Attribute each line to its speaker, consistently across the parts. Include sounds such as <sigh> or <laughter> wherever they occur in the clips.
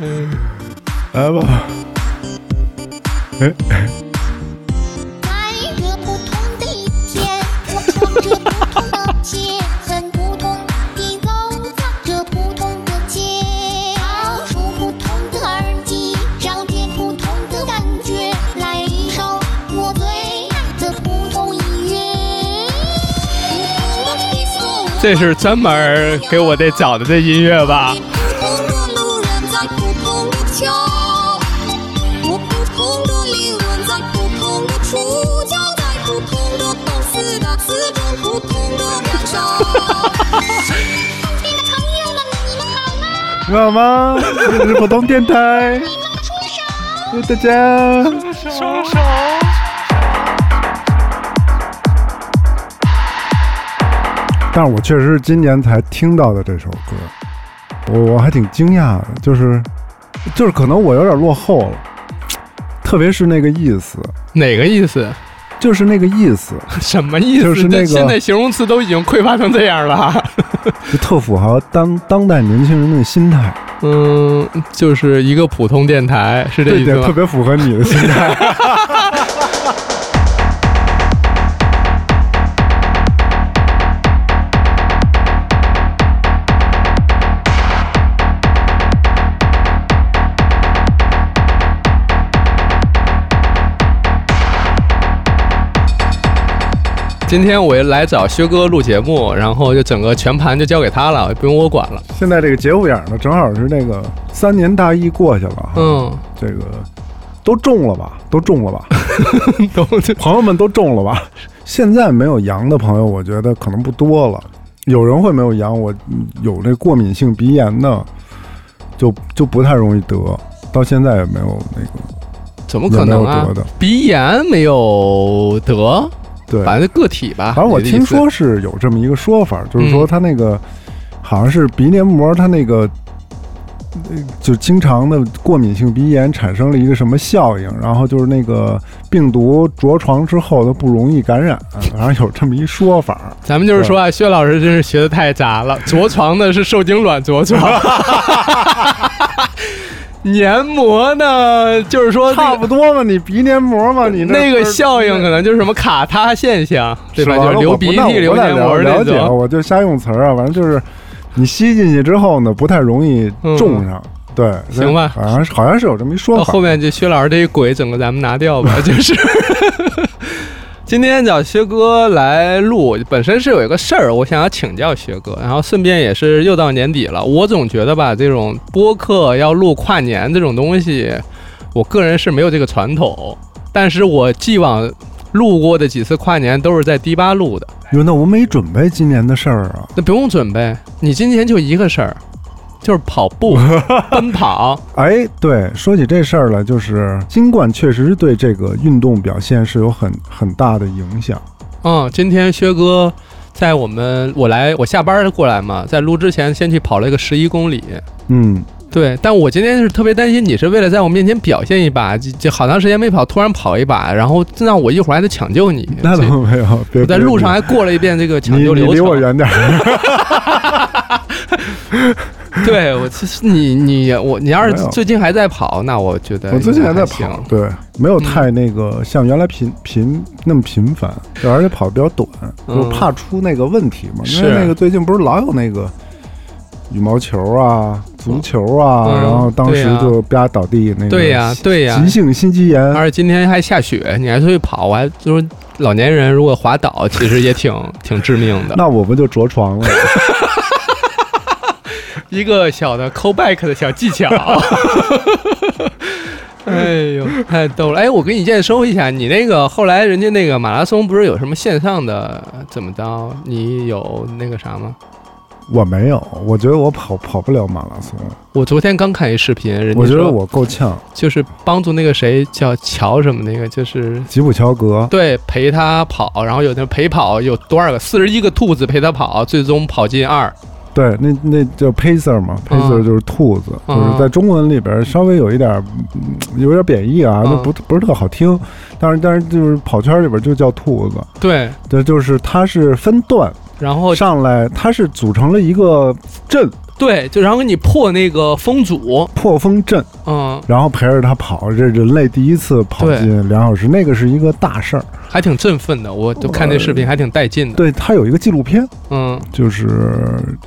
Speaker 1: 来吧，
Speaker 2: 来自不同的一天，我穿着不同的鞋，很不同的走着不同的街，掏出不同的耳机，找遍不同的感觉，来一首我最爱的不同音乐。
Speaker 3: <laughs> 这是专门给我这脚的这音乐
Speaker 1: 啊
Speaker 2: <laughs>
Speaker 3: 吧？
Speaker 2: 不同的路人在不同的丘，我不同的灵魂在不同的触角，在不同的动词的词中不同的感受。亲爱的朋友们，你们好吗？
Speaker 1: 你好吗？这是普通电 <laughs> 台，大家双手。但我确实是今年才听到的这首歌，我我还挺惊讶的，就是就是可能我有点落后了，特别是那个意思，
Speaker 3: <laughs> 哪个意思？
Speaker 1: 就是那个意思，
Speaker 3: 什么意思？
Speaker 1: 就是那个
Speaker 3: 这现在形容词都已经匮乏成这样了。
Speaker 1: 就特符合当当代年轻人的心态，
Speaker 3: <laughs> 嗯，就是一个普通电台，是这
Speaker 1: 这
Speaker 3: 意思
Speaker 1: 点
Speaker 3: 吗
Speaker 1: 特？别符合你的心态。 <laughs>
Speaker 3: 今天我也来找薛哥录节目，然后就整个全盘就交给他了，不用我管了。
Speaker 1: 现在这个节骨眼儿呢，正好是那个三年大疫过去了哈，
Speaker 3: 嗯，
Speaker 1: 这个都中了吧，都中了吧， <laughs>
Speaker 3: 都
Speaker 1: 朋友们都中了吧。现在没有阳的朋友，我觉得可能不多了。有人会没有阳，我嗯有这过敏性鼻炎的，就就不太容易得。到现在也没有那个，
Speaker 3: <laughs> 怎么可能
Speaker 1: 也没
Speaker 3: 啊
Speaker 1: 有得的？
Speaker 3: 鼻炎没有得，
Speaker 1: 对，
Speaker 3: 反正个体吧。
Speaker 1: 反正我
Speaker 3: 啊你的意
Speaker 1: 听
Speaker 3: 思
Speaker 1: 说是有这么一个说法，就是说
Speaker 3: 嗯
Speaker 1: 他那个、好像是鼻黏膜，它那个呃就经常的过敏性鼻炎产生了一个什么效应，然后就是那个病毒着床之后它不容易感染，然后有这么一说法。
Speaker 3: 咱们就是说啊，薛老师真是学的太杂了。 <laughs> 着床的是受精卵着床， <laughs> 黏膜呢，就是说那
Speaker 1: 差
Speaker 3: 个
Speaker 1: 不多嘛，你鼻黏膜嘛，你
Speaker 3: 那个效应可能就是什么卡他现象，对吧？
Speaker 1: 是
Speaker 3: 就是流
Speaker 1: 我不
Speaker 3: 鼻
Speaker 1: 那
Speaker 3: 涕、
Speaker 1: 我
Speaker 3: 流
Speaker 1: 不太
Speaker 3: 黏膜
Speaker 1: 了了
Speaker 3: 那
Speaker 1: 解，
Speaker 3: 种。
Speaker 1: 我就瞎用词儿啊，反正就是你吸进去之后呢，不太容易
Speaker 3: 嗯
Speaker 1: 中上。对，
Speaker 3: 行吧
Speaker 1: 好像是好像是有这么一说
Speaker 3: 到
Speaker 1: 法。
Speaker 3: 后面就薛老师这一鬼，整个咱们拿掉吧，就是。 <laughs> 今天找薛哥来录，本身是有一个事儿，我想要请教薛哥，然后顺便也是又到年底了，我总觉得吧，这种播客要录跨年这种东西，我个人是没有这个传统，但是我既往录过的几次跨年都是在迪吧录的，
Speaker 1: 哟，那我没准备今年的事儿啊。
Speaker 3: 那不用准备，你今天就一个事儿，就是跑
Speaker 1: <laughs>
Speaker 3: 步、奔跑，
Speaker 1: 哎，对，说起这事儿来，就是新冠确实是对这个运动表现是有很很大的影响。
Speaker 3: 嗯，今天薛哥在我们我来我下班儿过来嘛，在录之前先去跑了一个十一公里。
Speaker 1: 嗯，
Speaker 3: 对，但我今天是特别担心你是为了在我面前表现一把，这这好长时间没跑，突然跑一把，然后让我一会儿还得抢救你。
Speaker 1: 那
Speaker 3: 所以
Speaker 1: 倒没有，别
Speaker 3: 我在
Speaker 1: 别
Speaker 3: 路上
Speaker 1: 别
Speaker 3: 还过了一遍这个抢
Speaker 1: 你
Speaker 3: 救
Speaker 1: 你
Speaker 3: 流
Speaker 1: 离我
Speaker 3: 程。
Speaker 1: 远点儿。
Speaker 3: 对我，其实你你我你要是
Speaker 1: 没有
Speaker 3: 最近还在跑，那我觉得
Speaker 1: 我最近还在
Speaker 3: 应该
Speaker 1: 跑
Speaker 3: 行，嗯
Speaker 1: 对，没有太那个像原来频频那么频繁，而且跑得比较短，
Speaker 3: 嗯
Speaker 1: 就怕出那个问题嘛。因为
Speaker 3: 是
Speaker 1: 那个最近不是老有那个羽毛球啊、足球啊，
Speaker 3: 嗯
Speaker 1: 然后当时
Speaker 3: 对呀
Speaker 1: 就啪倒地那个
Speaker 3: 对呀、对呀、
Speaker 1: 急性心肌
Speaker 3: <laughs>
Speaker 1: 炎，
Speaker 3: 而且今天还下雪，你还出去跑，我还就是老年人如果滑倒，其实也挺 <laughs> 挺致命的。
Speaker 1: 那我们就着床了。 <laughs>
Speaker 3: 一个小的 callback 的小 <laughs> 技巧。哎呦，太逗了！哎，我给你验收一下，你那个后来人家那个马拉松不是有什么线上的怎么着？你有那个啥吗？
Speaker 1: 我没有，我觉得我跑跑不了马拉松，
Speaker 3: 我昨天刚看一视频，人家
Speaker 1: 我觉得
Speaker 3: 说
Speaker 1: 我够呛。
Speaker 3: 就是帮助那个谁叫乔什么那个，就是
Speaker 1: 吉普乔格，
Speaker 3: 对陪他跑，然后有那陪跑有多少个？四十一个兔子陪他跑，最终跑进二。
Speaker 1: 对，那那叫 pacer 嘛
Speaker 3: 嗯
Speaker 1: ，pacer 就是兔子，
Speaker 3: 嗯
Speaker 1: 就是在中文里边稍微有一点儿嗯有点贬义啊，
Speaker 3: 嗯
Speaker 1: 就不不是特好听，但是但是就是跑圈里边就叫兔子，
Speaker 3: 对，
Speaker 1: 这就是它是分段
Speaker 3: 然后
Speaker 1: 上来，它是组成了一个阵，
Speaker 3: 对，就然后给你破那个风阻，
Speaker 1: 破风阵，
Speaker 3: 嗯，
Speaker 1: 然后陪着他跑，这人类第一次跑
Speaker 3: 对
Speaker 1: 进两小时，那个是一个大事儿。
Speaker 3: 还挺振奋的。我就看那视频，还挺带劲的。
Speaker 1: 对他有一个纪录片，
Speaker 3: 嗯，
Speaker 1: 就是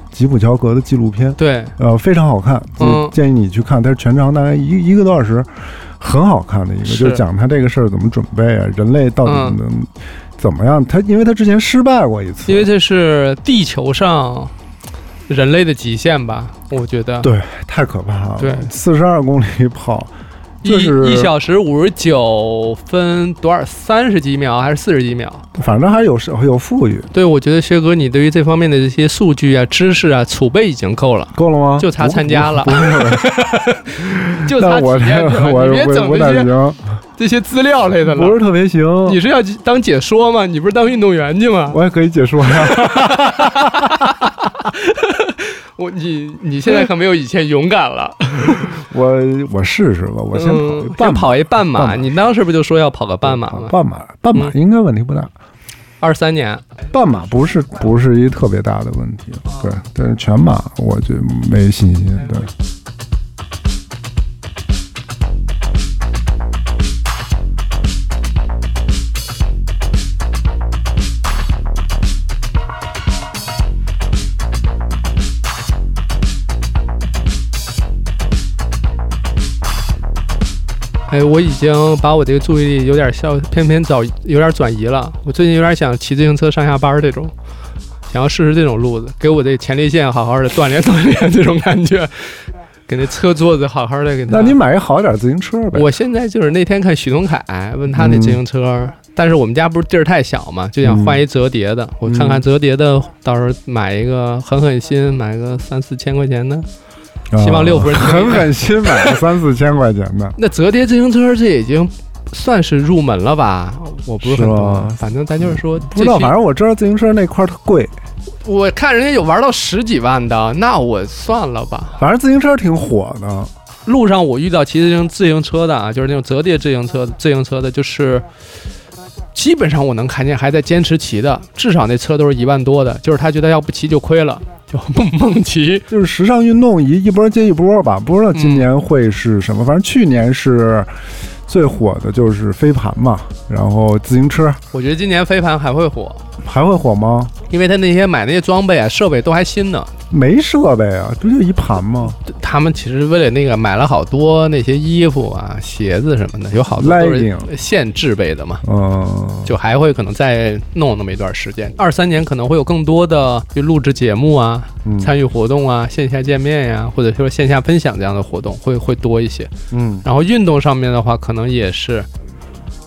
Speaker 1: 吉普乔格的纪录片，
Speaker 3: 对，
Speaker 1: 呃，非常好看，
Speaker 3: 嗯
Speaker 1: 就建议你去看。它是全长大概一一个多小时，很好看的一个，
Speaker 3: 是
Speaker 1: 就是讲他这个事儿怎么准备啊，人类到底
Speaker 3: 嗯
Speaker 1: 能、怎么样？他因为他之前失败过一次，
Speaker 3: 因为这是地球上人类的极限吧？我觉得，
Speaker 1: 对太可怕了，
Speaker 3: 对
Speaker 1: 四十二公里跑，
Speaker 3: 一
Speaker 1: 就是
Speaker 3: 一小时五十九分多少？三十几秒还是四十几秒？
Speaker 1: 反正还有是有富裕，
Speaker 3: 对，我觉得薛哥，你对于这方面的这些数据啊、知识啊储备已经够了，
Speaker 1: 够了吗？
Speaker 3: 就差参加了
Speaker 1: 不不不是
Speaker 3: <laughs> 就差
Speaker 1: 但
Speaker 3: 体
Speaker 1: 我 <laughs> 这
Speaker 3: 验去了。
Speaker 1: 我
Speaker 3: 你别
Speaker 1: 我
Speaker 3: 整
Speaker 1: 我
Speaker 3: 这
Speaker 1: 哪
Speaker 3: 些
Speaker 1: 行？
Speaker 3: 这些资料类的
Speaker 1: 不
Speaker 3: 了。
Speaker 1: 是特别行。
Speaker 3: 你是要当解说吗？你不是当运动员去吗？
Speaker 1: 我也可以解说呀，
Speaker 3: 我你你现在可没有以前勇敢了。
Speaker 1: 我我试试吧，我 <laughs> 先跑一
Speaker 3: 嗯
Speaker 1: 半
Speaker 3: 先跑一半
Speaker 1: 半
Speaker 3: 马。
Speaker 1: 马
Speaker 3: 你当时不就说要跑个半马吗？
Speaker 1: 啊半马，半马
Speaker 3: 嗯
Speaker 1: 应该问题不大。
Speaker 3: 二三年，
Speaker 1: 半马不是不是一特别大的问题，
Speaker 3: 哦
Speaker 1: 对，但是全马我就没信心，对。
Speaker 3: 哎，我已经把我这个注意力有点消，偏偏找有点转移了。我最近有点想骑自行车上下班这种，想要试试这种路子，给我这前列腺好好的锻炼锻炼这种感觉，给那车座子好好的给它。
Speaker 1: 那你买一好点自行车呗。
Speaker 3: 我现在就是那天看许东凯，问他
Speaker 1: 嗯
Speaker 3: 那自行车，但是我们家不是地儿太小嘛，就想换一折叠的。我
Speaker 1: 嗯
Speaker 3: 看看折叠的，到时候买一个狠狠心，买个三四千块钱的。希望六夫人
Speaker 1: 啊狠狠心买个三四千块钱的，
Speaker 3: <laughs> 那折叠自行车这已经算是入门了吧？我不是很
Speaker 1: 是
Speaker 3: 懂
Speaker 1: 吗，
Speaker 3: 反正咱就是说，不
Speaker 1: 不知道，反正我知道自行车那块儿特贵，
Speaker 3: 我看人家有玩到十几万的，那我算了吧。
Speaker 1: 反正自行车挺火的。
Speaker 3: 路上我遇到骑自行自行车的啊，就是那种折叠自行车自行车的，就是。基本上我能看见还在坚持骑的，至少那车都是一万多的，就是他觉得要不骑就亏了，就蹦蹦骑。
Speaker 1: 就是时尚运动一一波接一波吧，不知道今年会是什
Speaker 3: 嗯
Speaker 1: 么。反正去年是最火的就是飞盘嘛，然后自行车
Speaker 3: 我觉得今年飞盘还会火，
Speaker 1: 还会火吗？
Speaker 3: 因为他那些买那些装备啊、设备都还新呢，
Speaker 1: 没设备啊，不就一盘吗？
Speaker 3: 他们其实为了那个买了好多那些衣服啊、鞋子什么的，有好多都是
Speaker 1: Legging
Speaker 3: 现制备的嘛，
Speaker 1: 嗯，
Speaker 3: 就还会可能再弄那么一段时间。二三年可能会有更多的就录制节目啊、
Speaker 1: 嗯
Speaker 3: 参与活动啊、线下见面呀、或者说线下分享这样的活动会会多一些。
Speaker 1: 嗯，
Speaker 3: 然后运动上面的话，可能也是。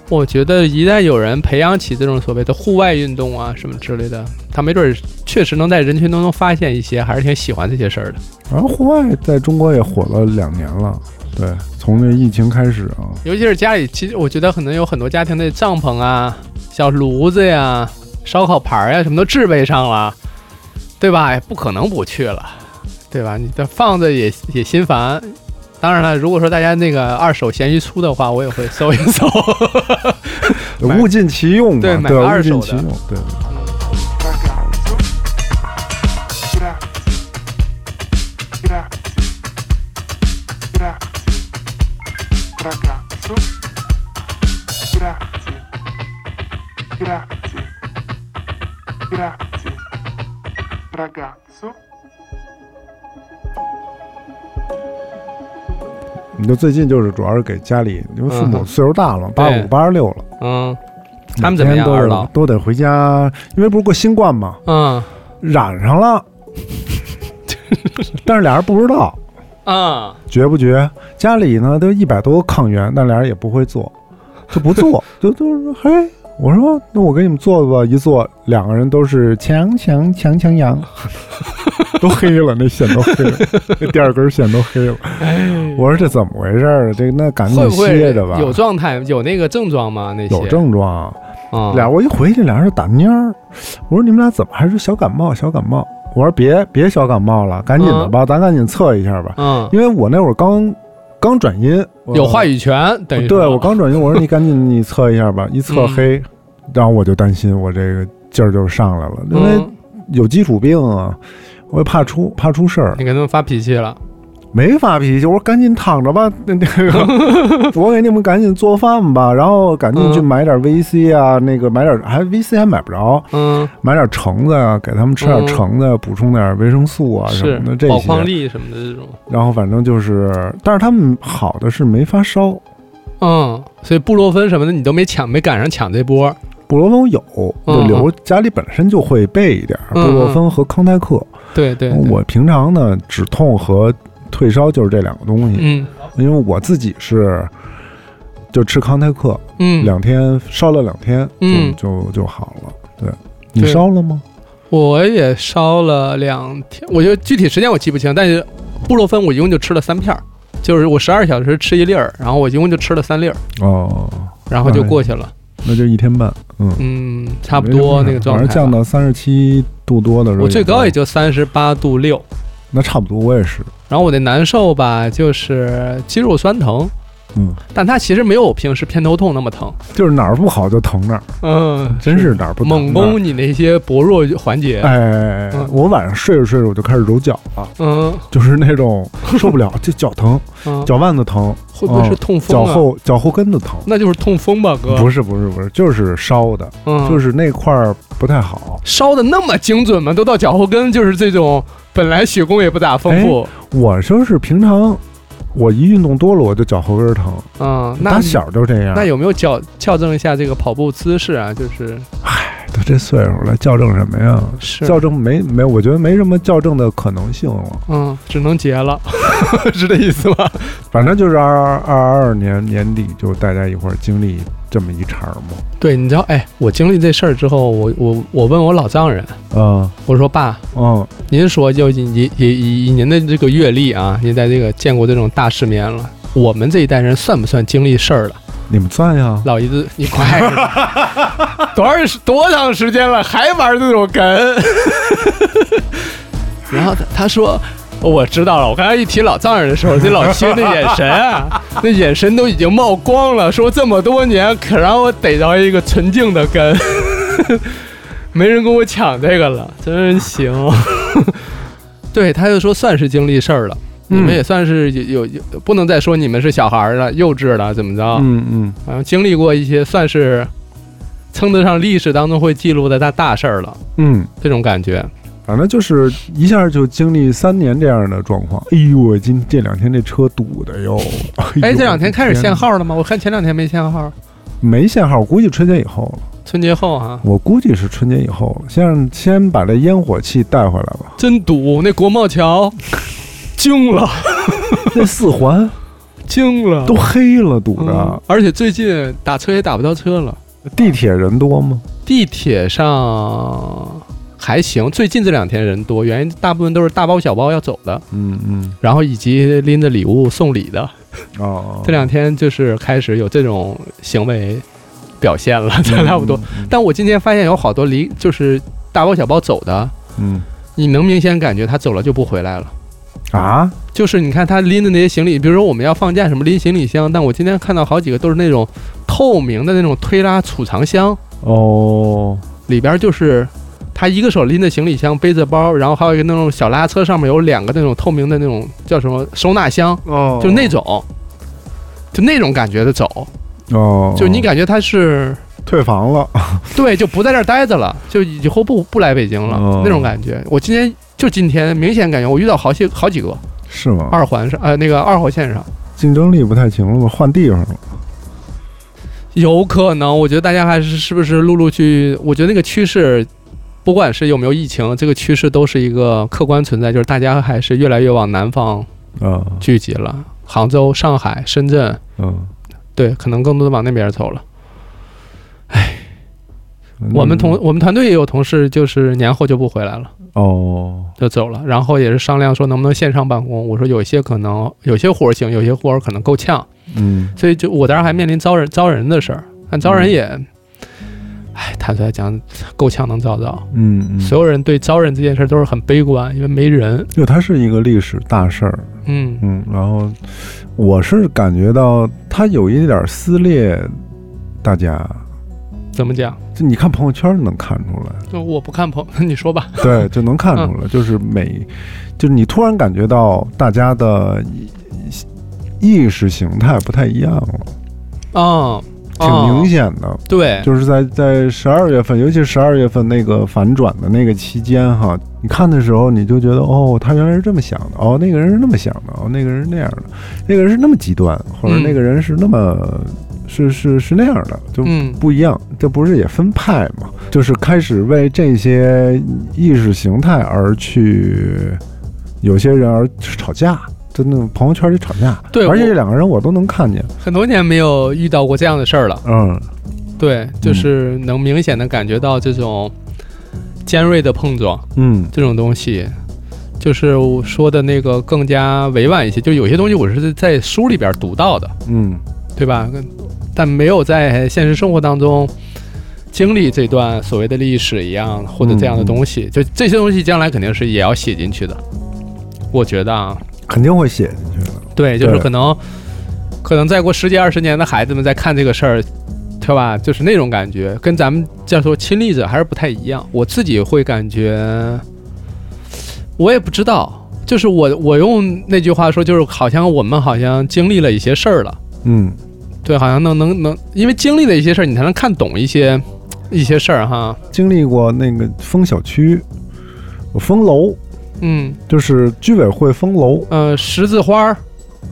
Speaker 3: 我觉得一旦有人培养起这种所谓的户外运动啊什么之类的，他没准儿确实能在人群当中发现一些还是挺喜欢这些事儿的。
Speaker 1: 然后户外在中国也火了两年了，对，从这疫情开始啊，
Speaker 3: 尤其是家里，其实我觉得可能有很多家庭的帐篷啊、小炉子呀、烧烤盘呀、什么都置备上了，对吧？也不可能不去了，对吧？你这放着也也心烦。当然了，如果说大家那个二手闲鱼出的话，我也会搜一搜。买
Speaker 1: 物尽其用嘛，
Speaker 3: 对
Speaker 1: 对，
Speaker 3: 买个
Speaker 1: 物
Speaker 3: 二手
Speaker 1: 尽
Speaker 3: 的
Speaker 1: 其用，对。
Speaker 4: Grazie. Grazie. Ragazzo.
Speaker 1: 你就最近就是主要是给家里，因为父母
Speaker 3: 嗯
Speaker 1: 岁数大了，八
Speaker 3: 对
Speaker 1: 五八十六了，
Speaker 3: 嗯，他们怎么
Speaker 1: 每
Speaker 3: 样？
Speaker 1: 天
Speaker 3: 二
Speaker 1: 都
Speaker 3: 老
Speaker 1: 得，都得回家，因为不是过新冠嘛，
Speaker 3: 嗯
Speaker 1: 染上了，
Speaker 3: <laughs>
Speaker 1: 但是俩人不知道
Speaker 3: 嗯，
Speaker 1: 绝不绝。家里呢都一百多个抗原，但俩人也不会做，就不
Speaker 3: <laughs>
Speaker 1: 做，就都是说嘿。我说，那我给你们做做吧。一做，两个人都是强强强强
Speaker 3: <laughs>
Speaker 1: 阳，都黑了，那线都黑了，那第二根线都黑了。我说这怎么回事儿？这那赶
Speaker 3: 会
Speaker 1: 紧
Speaker 3: 不哎会
Speaker 1: 歇着吧。
Speaker 3: 有状态？有那个症状吗？那些
Speaker 1: 有症状，
Speaker 3: 啊，
Speaker 1: 俩我一回去，俩人就打蔫儿。我说你们俩怎么还是小感冒？小感冒？我说别别小感冒了，赶紧的
Speaker 3: 啊
Speaker 1: 吧，咱赶紧测一下吧。
Speaker 3: 嗯，
Speaker 1: 因为我那会儿刚刚转阴，我
Speaker 3: 有话语权，等于
Speaker 1: 对
Speaker 3: 说
Speaker 1: 我刚转阴，我说你赶紧你测一下吧，一测
Speaker 3: 嗯
Speaker 1: 黑，然后我就担心我这个劲儿就上来了，因为
Speaker 3: 嗯
Speaker 1: 有基础病啊。我也怕出怕出事儿，
Speaker 3: 你给他们发脾气了，
Speaker 1: 没发脾气，我说赶紧躺着吧，那那个
Speaker 3: <laughs>
Speaker 1: 我给你们赶紧做饭吧，然后赶紧去
Speaker 3: 嗯
Speaker 1: 买点 VC 啊，那个买点还 VC 还买不着，
Speaker 3: 嗯，
Speaker 1: 买点橙子啊，给他们吃点
Speaker 3: 嗯
Speaker 1: 橙子，啊补充点维生素啊什
Speaker 3: 是
Speaker 1: 么的这
Speaker 3: 宝矿
Speaker 1: 些。
Speaker 3: 力什么的这种，
Speaker 1: 然后反正就是，但是他们好的是没发烧，
Speaker 3: 嗯，所以布洛芬什么的你都没抢，没赶上抢这波，
Speaker 1: 布洛芬我有，
Speaker 3: 嗯
Speaker 1: 就留家里本身就会备一点儿，
Speaker 3: 嗯
Speaker 1: 布洛芬和康泰克。
Speaker 3: 对对，对
Speaker 1: 我平常呢，止痛和退烧就是这两个东西，
Speaker 3: 嗯
Speaker 1: 因为我自己是就吃康泰克，
Speaker 3: 嗯，
Speaker 1: 两天烧了两天，
Speaker 3: 嗯
Speaker 1: 就就就好了。对你
Speaker 3: 对
Speaker 1: 烧了吗？
Speaker 3: 我也烧了两天，我就具体时间我记不清，但是布洛芬我一共就吃了三片儿，就是我十二小时吃一粒儿，然后我一共就吃了三粒儿，
Speaker 1: 哦，
Speaker 3: 然后就过去了，
Speaker 1: 那就一天半，嗯，
Speaker 3: 嗯，差不多那个状
Speaker 1: 反
Speaker 3: 态
Speaker 1: 正
Speaker 3: 吧。
Speaker 1: 降到三十七度多的时候，
Speaker 3: 我最高也就三十八度六，
Speaker 1: 那差不多，我也是，
Speaker 3: 然后我的难受吧就是肌肉酸疼，
Speaker 1: 嗯，
Speaker 3: 但它其实没有我平时偏头痛那么疼，
Speaker 1: 就是哪儿不好就疼哪儿，
Speaker 3: 嗯，
Speaker 1: 真是哪儿不疼哪
Speaker 3: 猛
Speaker 1: 儿
Speaker 3: 攻你那些薄弱环节，
Speaker 1: 哎哎，哎哎
Speaker 3: 嗯
Speaker 1: 我晚上睡着睡着我就开始揉脚了，
Speaker 3: 嗯
Speaker 1: 就是那种受不了，这脚疼，
Speaker 3: 嗯，
Speaker 1: 脚腕子疼，
Speaker 3: 会不会是痛风
Speaker 1: 脚
Speaker 3: 啊？
Speaker 1: 后脚后跟子疼。
Speaker 3: 那就是痛风吧，哥，
Speaker 1: 不是不是不是，就是烧的，
Speaker 3: 嗯，
Speaker 1: 就是那块儿不太好。
Speaker 3: 烧的那么精准吗？都到脚后跟，就是这种本来血供也不咋丰富，
Speaker 1: 我就是平常我一运动多了，我就脚后跟儿疼，
Speaker 3: 嗯，那
Speaker 1: 打小就这样。
Speaker 3: 那有没有矫校正一下这个跑步姿势啊？就是
Speaker 1: 都这岁数了，校正什么呀？
Speaker 3: 是
Speaker 1: 校正没没，我觉得没什么校正的可能性了。
Speaker 3: 嗯，只能结了， <laughs> 是这意思吗？
Speaker 1: 反正就是二二二二年年底，就大家一块儿经历这么一茬儿嘛。
Speaker 3: 对，你知道，哎，我经历这事儿之后，我我我问我老丈人，
Speaker 1: 嗯
Speaker 3: 我说爸，
Speaker 1: 嗯，
Speaker 3: 您说就以以以以您的这个阅历啊，您在这个见过这种大世面了。我们这一代人算不算经历事儿了？
Speaker 1: 你们算呀。
Speaker 3: 老爷子，你 <laughs> 快点儿！多少时多长时间了，还玩这种梗？ <laughs> 然后他他说，我知道了。我刚才一提老丈人的时候，这老薛那眼神 <laughs> 啊，那眼神都已经冒光了。说这么多年，可让我逮着一个纯净的根， <laughs> 没人跟我抢这个了，真行。 <laughs> 对，他就说算是经历事儿了。你们
Speaker 1: 嗯
Speaker 3: 也算是有有有，不能再说你们是小孩儿了、幼稚了，怎么着？
Speaker 1: 嗯嗯，
Speaker 3: 好像经历过一些算是称得上历史当中会记录的大大事儿了，
Speaker 1: 嗯，
Speaker 3: 这种感觉。
Speaker 1: 反正就是一下就经历三年这样的状况。哎呦，我今这两天这车堵的哟。
Speaker 3: 哎，
Speaker 1: 哎呦
Speaker 3: 这两天开始限，号了吗？我看前两天没限号，
Speaker 1: 没限号，估计春节以后了。
Speaker 3: 春节后啊，
Speaker 1: 我估计是春节以后了。先先把这烟火气带回来吧。
Speaker 3: <laughs> 真堵！那国贸 <laughs> 桥惊了，
Speaker 1: 那四环
Speaker 3: 惊了，
Speaker 1: 都黑了，堵
Speaker 3: 嗯
Speaker 1: 的。
Speaker 3: 而且最近打车也打不到车了，
Speaker 1: 地铁人多吗？
Speaker 3: 地铁上还行，最近这两天人多，原因大部分都是大包小包要走的，
Speaker 1: 嗯嗯，
Speaker 3: 然后以及拎着礼物送礼的，
Speaker 1: 哦，
Speaker 3: 这两天就是开始有这种行为表现了，差不多。
Speaker 1: 嗯。
Speaker 3: 但我今天发现有好多离就是大包小包走的，
Speaker 1: 嗯
Speaker 3: 你能明显感觉他走了就不回来了。
Speaker 1: 嗯啊，
Speaker 3: 就是你看他拎的那些行李，比如说我们要放假什么拎行李箱，但我今天看到好几个都是那种透明的那种推拉储藏箱，
Speaker 1: 哦，
Speaker 3: 里边就是他一个手拎着行李箱背着包，然后还有一个那种小拉车上面有两个那种透明的那种叫什么收纳箱，
Speaker 1: 哦
Speaker 3: 就那种，就那种感觉的走，
Speaker 1: 哦，
Speaker 3: 就你感觉他是
Speaker 1: 退房了，
Speaker 3: 对，就不在这儿待着了，就以后不不来北京了、
Speaker 1: 哦
Speaker 3: 那种感觉。我今天就今天明显感觉我遇到好些好几个
Speaker 1: 是吗？
Speaker 3: 二环上呃那个二号线上，
Speaker 1: 竞争力不太行了吧？换地方了。
Speaker 3: 有可能我觉得大家还是是不是陆陆续，我觉得那个趋势。不管是有没有疫情，这个趋势都是一个客观存在，就是大家还是越来越往南方
Speaker 1: 嗯
Speaker 3: 聚集了。杭州、上海、深圳，
Speaker 1: 嗯，
Speaker 3: 对，可能更多的往那边走了。
Speaker 1: 嗯
Speaker 3: 我们同我们团队也有同事，就是年后就不回来了。
Speaker 1: 哦，
Speaker 3: 就走了，然后也是商量说能不能线上办公。我说有些可能有些活儿行，有些活儿可能够呛，
Speaker 1: 嗯，
Speaker 3: 所以就我当时还面临招人招人的事儿，但招人也，
Speaker 1: 嗯
Speaker 3: 哎、坦率讲够呛能招到。
Speaker 1: 嗯嗯，
Speaker 3: 所有人对招人这件事都是很悲观，因为没人。
Speaker 1: 就它是一个历史大事儿，
Speaker 3: 嗯
Speaker 1: 嗯，然后我是感觉到它有一点撕裂大家，
Speaker 3: 怎么讲？
Speaker 1: 就你看朋友圈能看出来。
Speaker 3: 那我不看朋，你说吧。
Speaker 1: 对，就能看出来，就是每，就是你突然感觉到大家的意意识形态不太一样了，
Speaker 3: 嗯，
Speaker 1: 挺明
Speaker 3: 嗯。
Speaker 1: 显的。
Speaker 3: 对，
Speaker 1: 就是在在十二月份，尤其十二月份那个反转的那个期间哈，你看的时候你就觉得哦，他原来是这么想的，哦，那个人是那么想的，哦，那个人是那样的，那个人是那么极端，或者
Speaker 3: 嗯
Speaker 1: 那个人是那么、是是是那样的，就
Speaker 3: 嗯
Speaker 1: 不一样。这不是也分派嘛？就是开始为这些意识形态而去，有些人而吵架。真的，朋友圈里吵架，
Speaker 3: 对
Speaker 1: 而且
Speaker 3: 我
Speaker 1: 这两个人我都能看见，
Speaker 3: 很多年没有遇到过这样的事儿了。
Speaker 1: 嗯，
Speaker 3: 对，就是能明显的感觉到这种尖锐的碰撞，
Speaker 1: 嗯，
Speaker 3: 这种东西。就是我说的那个更加委婉一些，就有些东西我是在书里边读到的，
Speaker 1: 嗯，
Speaker 3: 对吧？但没有在现实生活当中经历这段所谓的历史一样，或者这样的东西，就这些东西将来肯定是也要写进去的。我觉得啊，
Speaker 1: 肯定会写进去的，
Speaker 3: 对，就是
Speaker 1: 对
Speaker 3: 可能可能再过十几二十年的孩子们在看这个事儿，对吧？就是那种感觉，跟咱们叫做亲历者还是不太一样。我自己会感觉，我也不知道，就是我我用那句话说，就是好像我们好像经历了一些事儿了。
Speaker 1: 嗯。
Speaker 3: 对，好像能能能，因为经历了一些事儿，你才能看懂一些一些事儿哈。
Speaker 1: 经历过那个封小区，我封楼，
Speaker 3: 嗯
Speaker 1: 就是居委会封楼，
Speaker 3: 呃，十字花儿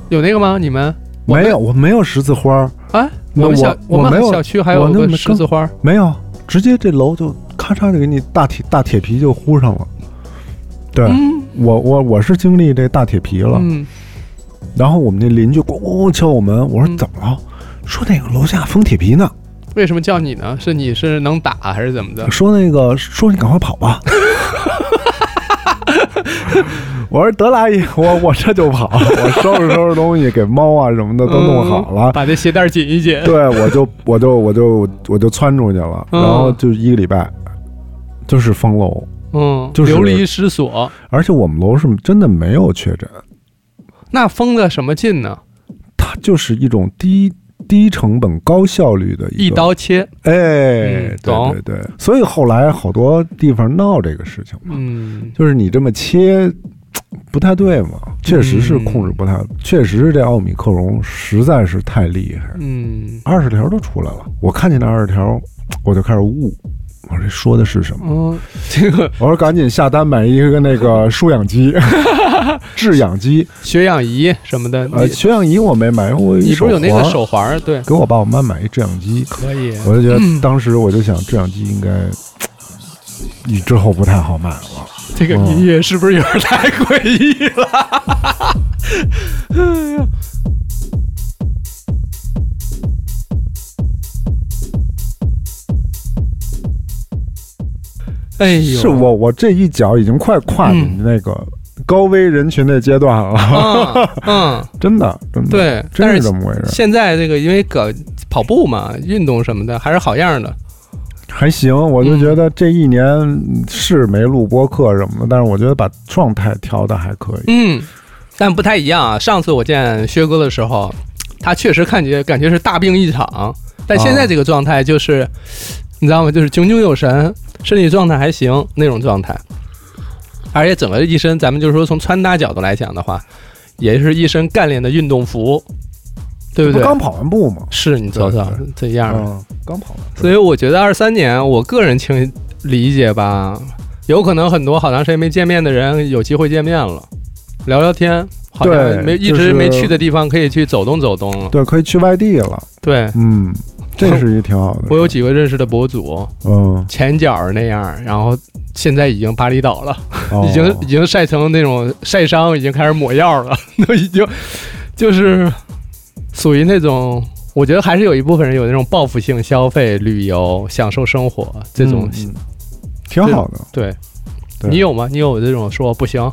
Speaker 3: 有那个吗？你们我们
Speaker 1: 没有，我没有十字花儿，
Speaker 3: 啊？
Speaker 1: 那
Speaker 3: 我们
Speaker 1: 我
Speaker 3: 小
Speaker 1: 我
Speaker 3: 们
Speaker 1: 没有
Speaker 3: 小区还
Speaker 1: 我
Speaker 3: 有
Speaker 1: 那
Speaker 3: 个
Speaker 1: 么
Speaker 3: 十字花儿，
Speaker 1: 没有，直接这楼就咔嚓就给你大铁大铁皮就糊上了。对、
Speaker 3: 嗯
Speaker 1: 我我我是经历这大铁皮了，
Speaker 3: 嗯
Speaker 1: 然后我们那邻居咣咣咣敲我门，我说
Speaker 3: 嗯
Speaker 1: 怎么了？说那个楼下封铁皮呢，
Speaker 3: 为什么叫你呢？是你是能打还是怎么的？
Speaker 1: 说那个说你赶快跑
Speaker 3: <laughs>
Speaker 1: 吧。我说得了， <laughs> 阿姨，我我这就跑，我收拾收拾东西，给猫啊什么的都弄好了
Speaker 3: 嗯，把这鞋带紧一紧。
Speaker 1: 对，我就我就我就我就窜出去了，
Speaker 3: 嗯
Speaker 1: 然后就一个礼拜，就是封楼，
Speaker 3: 嗯，
Speaker 1: 就是
Speaker 3: 流离失所。
Speaker 1: 而且我们楼是真的没有确诊，
Speaker 3: 那封的什么劲呢？
Speaker 1: 它就是一种低低成本高效率的
Speaker 3: 一
Speaker 1: 个，
Speaker 3: 刀切。
Speaker 1: 哎，
Speaker 3: 嗯懂
Speaker 1: 对对对，所以后来好多地方闹这个事情嘛，
Speaker 3: 嗯，
Speaker 1: 就是你这么切。不太对嘛，确实是控制不太，
Speaker 3: 嗯
Speaker 1: 确实是这奥米克戎实在是太厉害了，
Speaker 3: 嗯
Speaker 1: 二十条都出来了，我看见那二十条，我就开始悟，我说这说的是什么？
Speaker 3: 嗯，这个
Speaker 1: 我说赶紧下单买一个那
Speaker 3: <laughs>
Speaker 1: 个输氧机、制氧机。
Speaker 3: 血氧仪什么的，
Speaker 1: 呃，
Speaker 3: 你
Speaker 1: 血氧仪我没买，我
Speaker 3: 你不是有那个
Speaker 1: 手环哎
Speaker 3: 手环儿？对，
Speaker 1: 给我爸我妈买一制氧机，
Speaker 3: 可以。啊
Speaker 1: 我就觉得当时我就想制氧机应该。你之后不太好买了，
Speaker 3: 这
Speaker 1: 啊
Speaker 3: 个音乐是不是有点太诡异了？ <laughs> 哎呦，
Speaker 1: 是我我这一脚已经快跨进那个高危人群的阶段了， <laughs>
Speaker 3: 嗯嗯，
Speaker 1: 真的，真的，
Speaker 3: 对
Speaker 1: 真
Speaker 3: 但
Speaker 1: 是
Speaker 3: 是
Speaker 1: 这么回事，
Speaker 3: 现在这个因为搞跑步嘛，运动什么的还是好样的。
Speaker 1: 还行，我就
Speaker 3: 嗯
Speaker 1: 觉得这一年是没录播客什么的，但是我觉得把状态调的还可以，
Speaker 3: 嗯，但不太一样啊。上次我见薛哥的时候，他确实感觉感觉是大病一场，但现在这个状态就是，你知道吗？就是炯炯有神，身体状态还行那种状态。而且整个一身，咱们就是说从穿搭角度来讲的话，也是一身干练的运动服，对不
Speaker 1: 不
Speaker 3: 对？
Speaker 1: 刚跑完步嘛，
Speaker 3: 是你瞅瞅
Speaker 1: 对对
Speaker 3: 这样儿，
Speaker 1: 嗯，刚跑完。
Speaker 3: 所以我觉得二三年，我个人情理解吧，有可能很多好长时间没见面的人有机会见面了，聊聊天，好
Speaker 1: 对
Speaker 3: 像没一
Speaker 1: 就是
Speaker 3: 直没去的地方可以去走动走动了。
Speaker 1: 对，可以去外地了。
Speaker 3: 对
Speaker 1: 嗯，这是一挺好的。
Speaker 3: 我有几个认识的博主，
Speaker 1: 嗯，
Speaker 3: 前脚儿那样，然后现在已经巴厘岛了，
Speaker 1: 哦
Speaker 3: 已经已经晒成那种晒伤，已经开始抹药了， <laughs> 都已经就是属于那种。我觉得还是有一部分人有那种报复性消费、旅游、享受生活这种
Speaker 1: 嗯嗯挺好的。
Speaker 3: 对，
Speaker 1: 对
Speaker 3: 你有吗？你有这种说不行，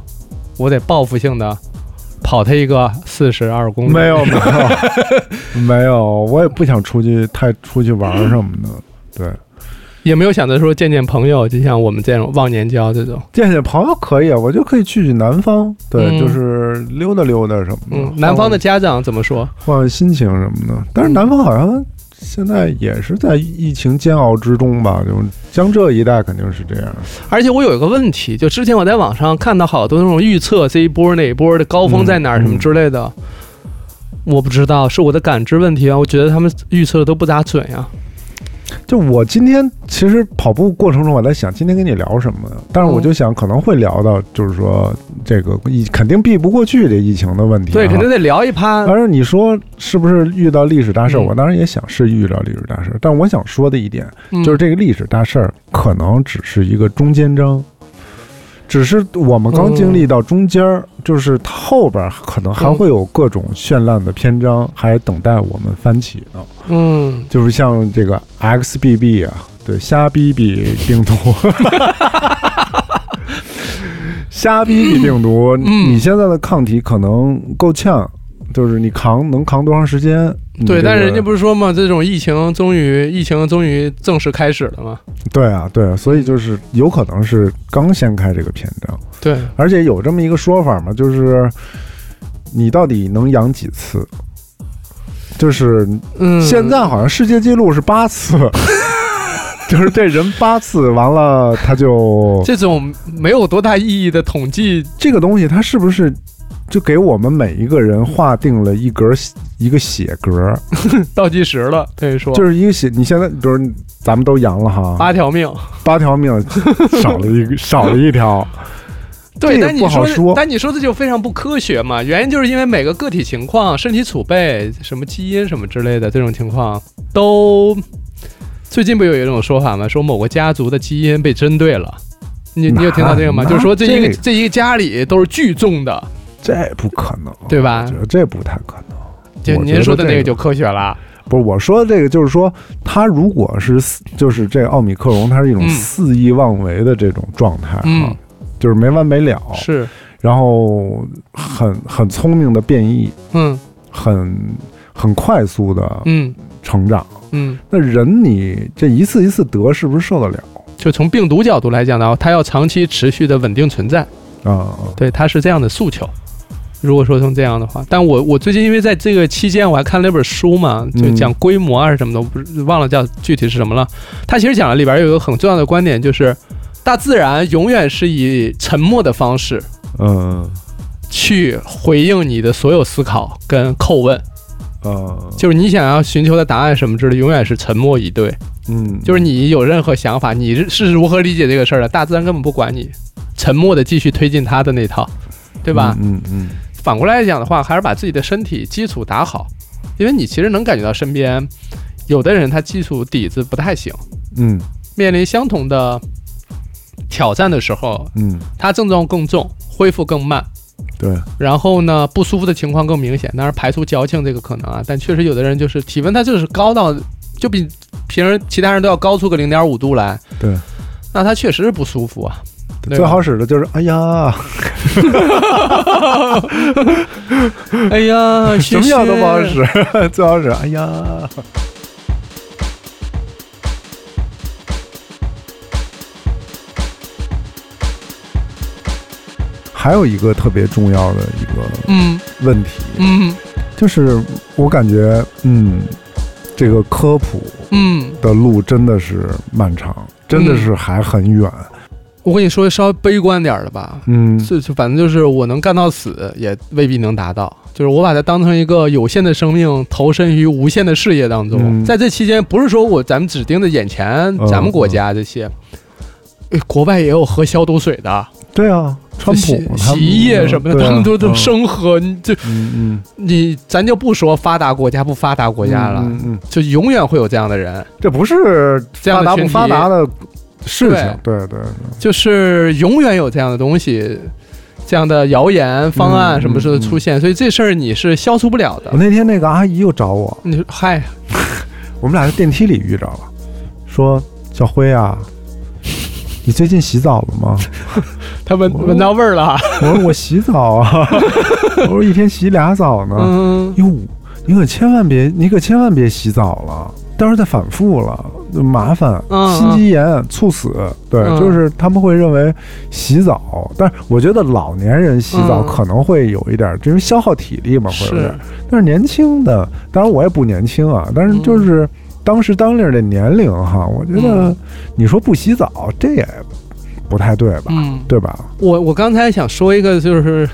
Speaker 3: 我得报复性的跑他一个四十二公里？
Speaker 1: 没有没有
Speaker 3: <laughs>
Speaker 1: 没有，我也不想出去太出去玩儿什么的。对，
Speaker 3: 也没有想着说见见朋友，就像我们这种忘年交这种。
Speaker 1: 见见朋友可以，啊我就可以去去南方。对，
Speaker 3: 嗯
Speaker 1: 就是溜达溜达什么的。
Speaker 3: 嗯，
Speaker 1: 换
Speaker 3: 南方的
Speaker 1: 换
Speaker 3: 家长怎么说？
Speaker 1: 换换心情什么的。但是南方好像现在也是在疫情煎熬之中吧，就江浙一带肯定是这样。
Speaker 3: 而且我有一个问题，就之前我在网上看到好多那种预测这一波哪一波的高峰在哪儿
Speaker 1: 嗯
Speaker 3: 什么之类的，我不知道是我的感知问题啊，我觉得他们预测的都不咋准呀、
Speaker 1: 就我今天其实跑步过程中，我在想今天跟你聊什么呢？但是
Speaker 3: 嗯
Speaker 1: 我就想可能会聊到，就是说这个疫肯定避不过去这疫情的问题、啊。
Speaker 3: 对，肯定。得聊一趴。
Speaker 1: 但是你说是不是遇到历史大事？
Speaker 3: 嗯
Speaker 1: 我当然也想是遇到历史大事，但我想说的一点
Speaker 3: 嗯
Speaker 1: 就是这个历史大事儿可能只是一个中间章，只是我们刚经历到中间儿，
Speaker 3: 嗯
Speaker 1: 就是它后边儿可能还会有各种绚烂的篇章还等待我们翻起呢。
Speaker 3: 嗯，
Speaker 1: 就是像这个 XBB 啊，对，瞎逼逼病
Speaker 3: <laughs>
Speaker 1: 毒。瞎逼逼病毒，
Speaker 3: 嗯
Speaker 1: 你现在的抗体可能够呛，就是你扛能扛多长时间？你
Speaker 3: 对，
Speaker 1: 嗯这
Speaker 3: 但是
Speaker 1: 个
Speaker 3: 人家不是说嘛，这种疫情终于疫情终于正式开始了嘛？
Speaker 1: 对啊，对啊，所以就是有可能是刚掀开这个篇章，
Speaker 3: 对，
Speaker 1: 而且有这么一个说法嘛，就是你到底能养几次？就是
Speaker 3: 嗯，
Speaker 1: 现在好像世界纪录是八次， <laughs> 就是这人八次完了，他就
Speaker 3: 这种没有多大意义的统计，
Speaker 1: 这个东西，它是不是就给我们每一个人划定了一格一个血格？
Speaker 3: 倒计时了，可以说
Speaker 1: 就是一个血，你现在比如咱们都阳了哈，
Speaker 3: 八条命。
Speaker 1: 八条命少了一个少了一条，
Speaker 3: 对，
Speaker 1: 这个
Speaker 3: 但你
Speaker 1: 不好
Speaker 3: 的
Speaker 1: 说
Speaker 3: 但你说的就非常不科学嘛。原因就是因为每个个体情况、身体储备、什么基因什么之类的这种情况，都最近不有一种说法吗？说某个家族的基因被针对了。你你有听到这个吗？
Speaker 1: 那
Speaker 3: 就是说这一个
Speaker 1: 这
Speaker 3: 这一个家里都是聚众的，
Speaker 1: 这不可能，
Speaker 3: 对吧
Speaker 1: 我觉得这不太可能。
Speaker 3: 就
Speaker 1: 我觉
Speaker 3: 您
Speaker 1: 得
Speaker 3: 说的
Speaker 1: 这
Speaker 3: 那
Speaker 1: 个
Speaker 3: 个就科学了。
Speaker 1: 不是我说的这个，就是说，它如果是四就是这个奥米克戎，它是一种
Speaker 3: 嗯
Speaker 1: 肆意妄为的这种状态，
Speaker 3: 嗯，，
Speaker 1: 就是没完没了，
Speaker 3: 是，
Speaker 1: 然后很很聪明的变异，
Speaker 3: 嗯
Speaker 1: 很很快速的
Speaker 3: 嗯
Speaker 1: 成长。
Speaker 3: 嗯，
Speaker 1: 那人你这一次一次得，是不是受得了
Speaker 3: 就从病毒角度来讲呢，它要长期持续的稳定存在。
Speaker 1: 啊？
Speaker 3: 对，他是这样的诉求。如果说成这样的话，但我我最近因为在这个期间我还看了一本书嘛，就
Speaker 1: 嗯
Speaker 3: 讲规模啊是什么的，我不是忘了叫具体是什么了。他其实讲了里边有一个很重要的观点，就是大自然永远是以沉默的方式
Speaker 1: 嗯
Speaker 3: 去回应你的所有思考跟叩问，
Speaker 1: 嗯
Speaker 3: 就是你想要寻求的答案什么之类，永远是沉默以对。
Speaker 1: 嗯，
Speaker 3: 就是你有任何想法，你是如何理解这个事儿的，大自然根本不管你，沉默的继续推进他的那套，对
Speaker 1: 对
Speaker 3: 吧？
Speaker 1: 嗯嗯
Speaker 3: 反过来讲的话，还是把自己的身体基础打好，因为你其实能感觉到身边有的人他基础底子不太行，
Speaker 1: 嗯
Speaker 3: 面临相同的挑战的时候，
Speaker 1: 嗯，
Speaker 3: 他症状更重，恢复更慢，
Speaker 1: 对，
Speaker 3: 然后呢不舒服的情况更明显。当然排除矫情这个可能啊，但确实有的人就是体温他就是高到就比平时其他人都要高出个零点五度来，
Speaker 1: 对，
Speaker 3: 那他确实是不舒服啊。对吧
Speaker 1: 最好使的就是哎呀，
Speaker 3: 哎
Speaker 1: <laughs>
Speaker 3: 呀，
Speaker 1: 嗯什么药都不
Speaker 3: <laughs>
Speaker 1: 好使，最好使哎呀。还有一个特别重要的一个
Speaker 3: 嗯
Speaker 1: 问题，
Speaker 3: 嗯
Speaker 1: 就是我感觉，嗯，这个科普
Speaker 3: 嗯，
Speaker 1: 的路真的是漫长，真的是还很远。
Speaker 3: 我跟你说稍微悲观点儿的吧，
Speaker 1: 嗯
Speaker 3: 是，就反正就是我能干到死，也未必能达到。就是我把它当成一个有限的生命，投身于无限的事业当中。
Speaker 1: 嗯
Speaker 3: 在这期间，不是说我咱们只盯着眼前
Speaker 1: 嗯
Speaker 3: 咱们国家这些，哎国外也有喝消毒水的，
Speaker 1: 对啊，川普
Speaker 3: 洗
Speaker 1: 他
Speaker 3: 洗
Speaker 1: 们
Speaker 3: 衣液什么的，
Speaker 1: 对啊
Speaker 3: 他们都都
Speaker 1: 嗯
Speaker 3: 生喝。你这
Speaker 1: 嗯嗯
Speaker 3: 你咱就不说发达国家不发达国家了，
Speaker 1: 嗯嗯，嗯
Speaker 3: 就永远会有这样的人，
Speaker 1: 这不是
Speaker 3: 这样
Speaker 1: 发
Speaker 3: 的
Speaker 1: 达
Speaker 3: 群
Speaker 1: 不
Speaker 3: 体
Speaker 1: 发达的事情，对对对，
Speaker 3: 就是永远有这样的东西。这样的谣言、方案
Speaker 1: 嗯
Speaker 3: 什么时候出现？所以这事儿你是消除不了的
Speaker 1: 我。那天那个阿姨又找我，
Speaker 3: 你说嗨，
Speaker 1: 我们俩在电梯里遇着了，说小辉啊，你最近洗澡了吗？
Speaker 3: 他闻闻到味儿了，
Speaker 1: 我说我洗澡啊， <laughs> 我说一天洗俩澡呢。
Speaker 3: 嗯，
Speaker 1: 哟，你可千万别，你可千万别洗澡了，到时候再反复了，就麻烦。
Speaker 3: 嗯
Speaker 1: 心肌炎猝死，对，
Speaker 3: 嗯
Speaker 1: 就是他们会认为洗澡，但是我觉得老年人洗澡
Speaker 3: 嗯
Speaker 1: 可能会有一点儿，因为消耗体力嘛，会有点
Speaker 3: 是嗯
Speaker 1: 儿。但是年轻的，当然我也不年轻啊，但是就是当时当令儿的年龄哈，我觉得
Speaker 3: 嗯
Speaker 1: 你说不洗澡，这也不太对吧？
Speaker 3: 嗯，
Speaker 1: 对吧？
Speaker 3: 我我刚才想说一个就是。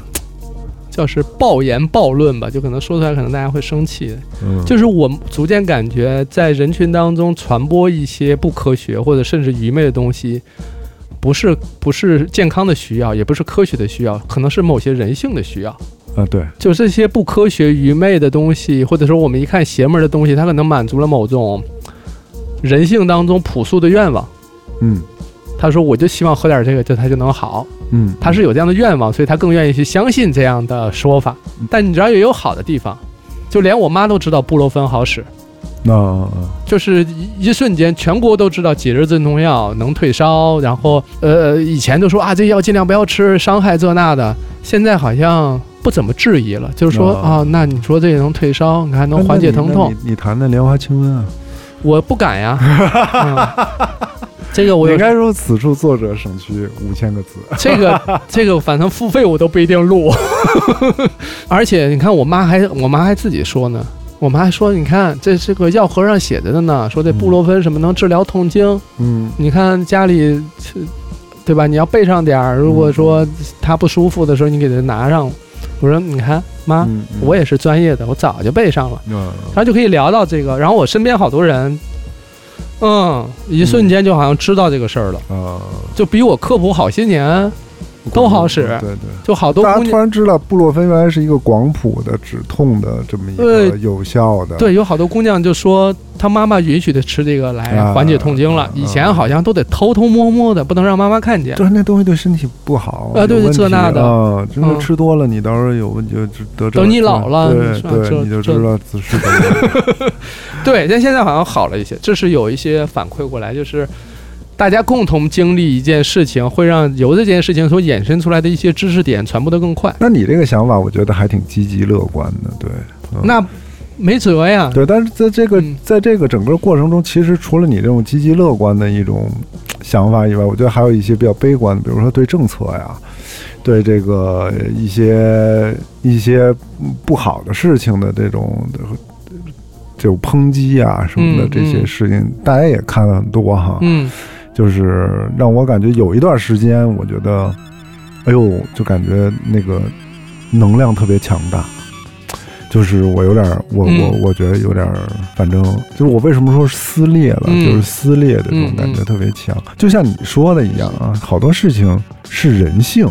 Speaker 3: 就是暴言暴论吧，就可能说出来，可能大家会生气。
Speaker 1: 嗯，
Speaker 3: 就是我逐渐感觉，在人群当中传播一些不科学或者甚至愚昧的东西，不是不是健康的需要，也不是科学的需要，可能是某些人性的需要。
Speaker 1: 啊，对，
Speaker 3: 就这些不科学、愚昧的东西，或者说我们一看邪门的东西，它可能满足了某种人性当中朴素的愿望。
Speaker 1: 嗯
Speaker 3: 他说：“我就希望喝点这个，这他就能好。”
Speaker 1: 嗯，
Speaker 3: 他是有这样的愿望，所以他更愿意去相信这样的说法。但你知道也有好的地方，就连我妈都知道布洛芬好使，
Speaker 1: 那、啊
Speaker 3: 就是一一瞬间全国都知道解热镇痛药能退烧，然后呃以前都说啊这药尽量不要吃，伤害这那的，现在好像不怎么质疑了，就
Speaker 1: <laughs>
Speaker 3: 是说
Speaker 1: 啊
Speaker 3: 啊那你说这也能退烧，你还能缓解疼痛
Speaker 1: 那，你那你你谈谈莲花清瘟啊？
Speaker 3: 我不敢呀。嗯这个我
Speaker 1: 你
Speaker 3: 有
Speaker 1: 应该说此处作者省去五千个
Speaker 3: <laughs>
Speaker 1: 字。
Speaker 3: 这个这个，反正付费我都不一定录。 <laughs> 而且你看，我妈还我妈还自己说呢，我妈还说，你看这这个药盒上写着的呢，说这布洛芬什么能治疗痛经，
Speaker 1: 嗯
Speaker 3: 你看家里，呃对吧？你要备上点儿，如果说
Speaker 1: 嗯
Speaker 3: 她不舒服的时候，你给她拿上。我说，你看妈，
Speaker 1: 嗯，嗯
Speaker 3: 啊我也是专业的，我早就备上了。
Speaker 1: 嗯
Speaker 3: 然后就可以聊到这个，然后我身边好多人。嗯，一瞬间就好像知道这个事儿了，
Speaker 1: 啊，
Speaker 3: 就比我科普好些年， <laughs> 都好使
Speaker 1: 对对。
Speaker 3: 就好多
Speaker 1: 大
Speaker 3: 姑
Speaker 1: 嗯家突
Speaker 3: 娘，
Speaker 1: 然知道布洛芬原来是一个广谱的止痛的这么一个
Speaker 3: 对
Speaker 1: 有效的，
Speaker 3: 对，有好多姑娘就说她妈妈允许她吃这个来
Speaker 1: 啊
Speaker 3: 缓解痛经了
Speaker 1: 啊，
Speaker 3: 以前好像都得偷偷摸摸的，不能让妈妈看见。
Speaker 1: 就是那东西对身体不好
Speaker 3: 啊对
Speaker 1: 有问题
Speaker 3: 这那的
Speaker 1: 啊，真的
Speaker 3: 嗯
Speaker 1: 吃多了，你到时候有问题就就得这
Speaker 3: 等你老了
Speaker 1: 对
Speaker 3: 是吧这
Speaker 1: 对，你就知道自是的。 <laughs>
Speaker 3: 对，但现在好像好了一些，这是有一些反馈过来，就是大家共同经历一件事情，会让由这件事情所衍生出来的一些知识点传播的更快。
Speaker 1: 那你这个想法，我觉得还挺积极乐观的，对。嗯
Speaker 3: 那没辙呀，
Speaker 1: 对，但是在这个
Speaker 3: 嗯
Speaker 1: 在这个整个过程中，其实除了你这种积极乐观的一种想法以外，我觉得还有一些比较悲观的，比如说对政策呀，对这个呃一些一些嗯不好的事情的这种这种抨击啊什么的
Speaker 3: 嗯
Speaker 1: 这些
Speaker 3: 嗯
Speaker 1: 事情，大家也看了很多哈。
Speaker 3: 嗯
Speaker 1: 就是让我感觉有一段时间，我觉得，哎呦，就感觉那个能量特别强大。就是我有点儿，我我
Speaker 3: 嗯
Speaker 1: 我觉得有点儿，反正就是我为什么说撕裂了，
Speaker 3: 嗯
Speaker 1: 就是撕裂的这种
Speaker 3: 嗯
Speaker 1: 感觉
Speaker 3: 嗯
Speaker 1: 特别强。就像你说的一样啊，好多事情是人性，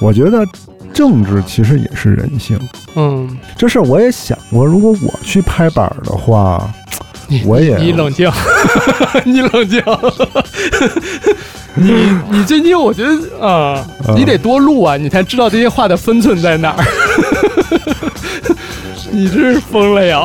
Speaker 1: 我觉得政治其实也是人性。
Speaker 3: 嗯，
Speaker 1: 这事儿我也想过，如果我去拍板儿的话，
Speaker 3: 你
Speaker 1: 我也
Speaker 3: 你冷静， <laughs> 你冷静，你你最近我觉得啊。
Speaker 1: 呃
Speaker 3: 你得多录啊，你才知道这些话的分寸在哪儿。 <laughs> 你真是疯了呀！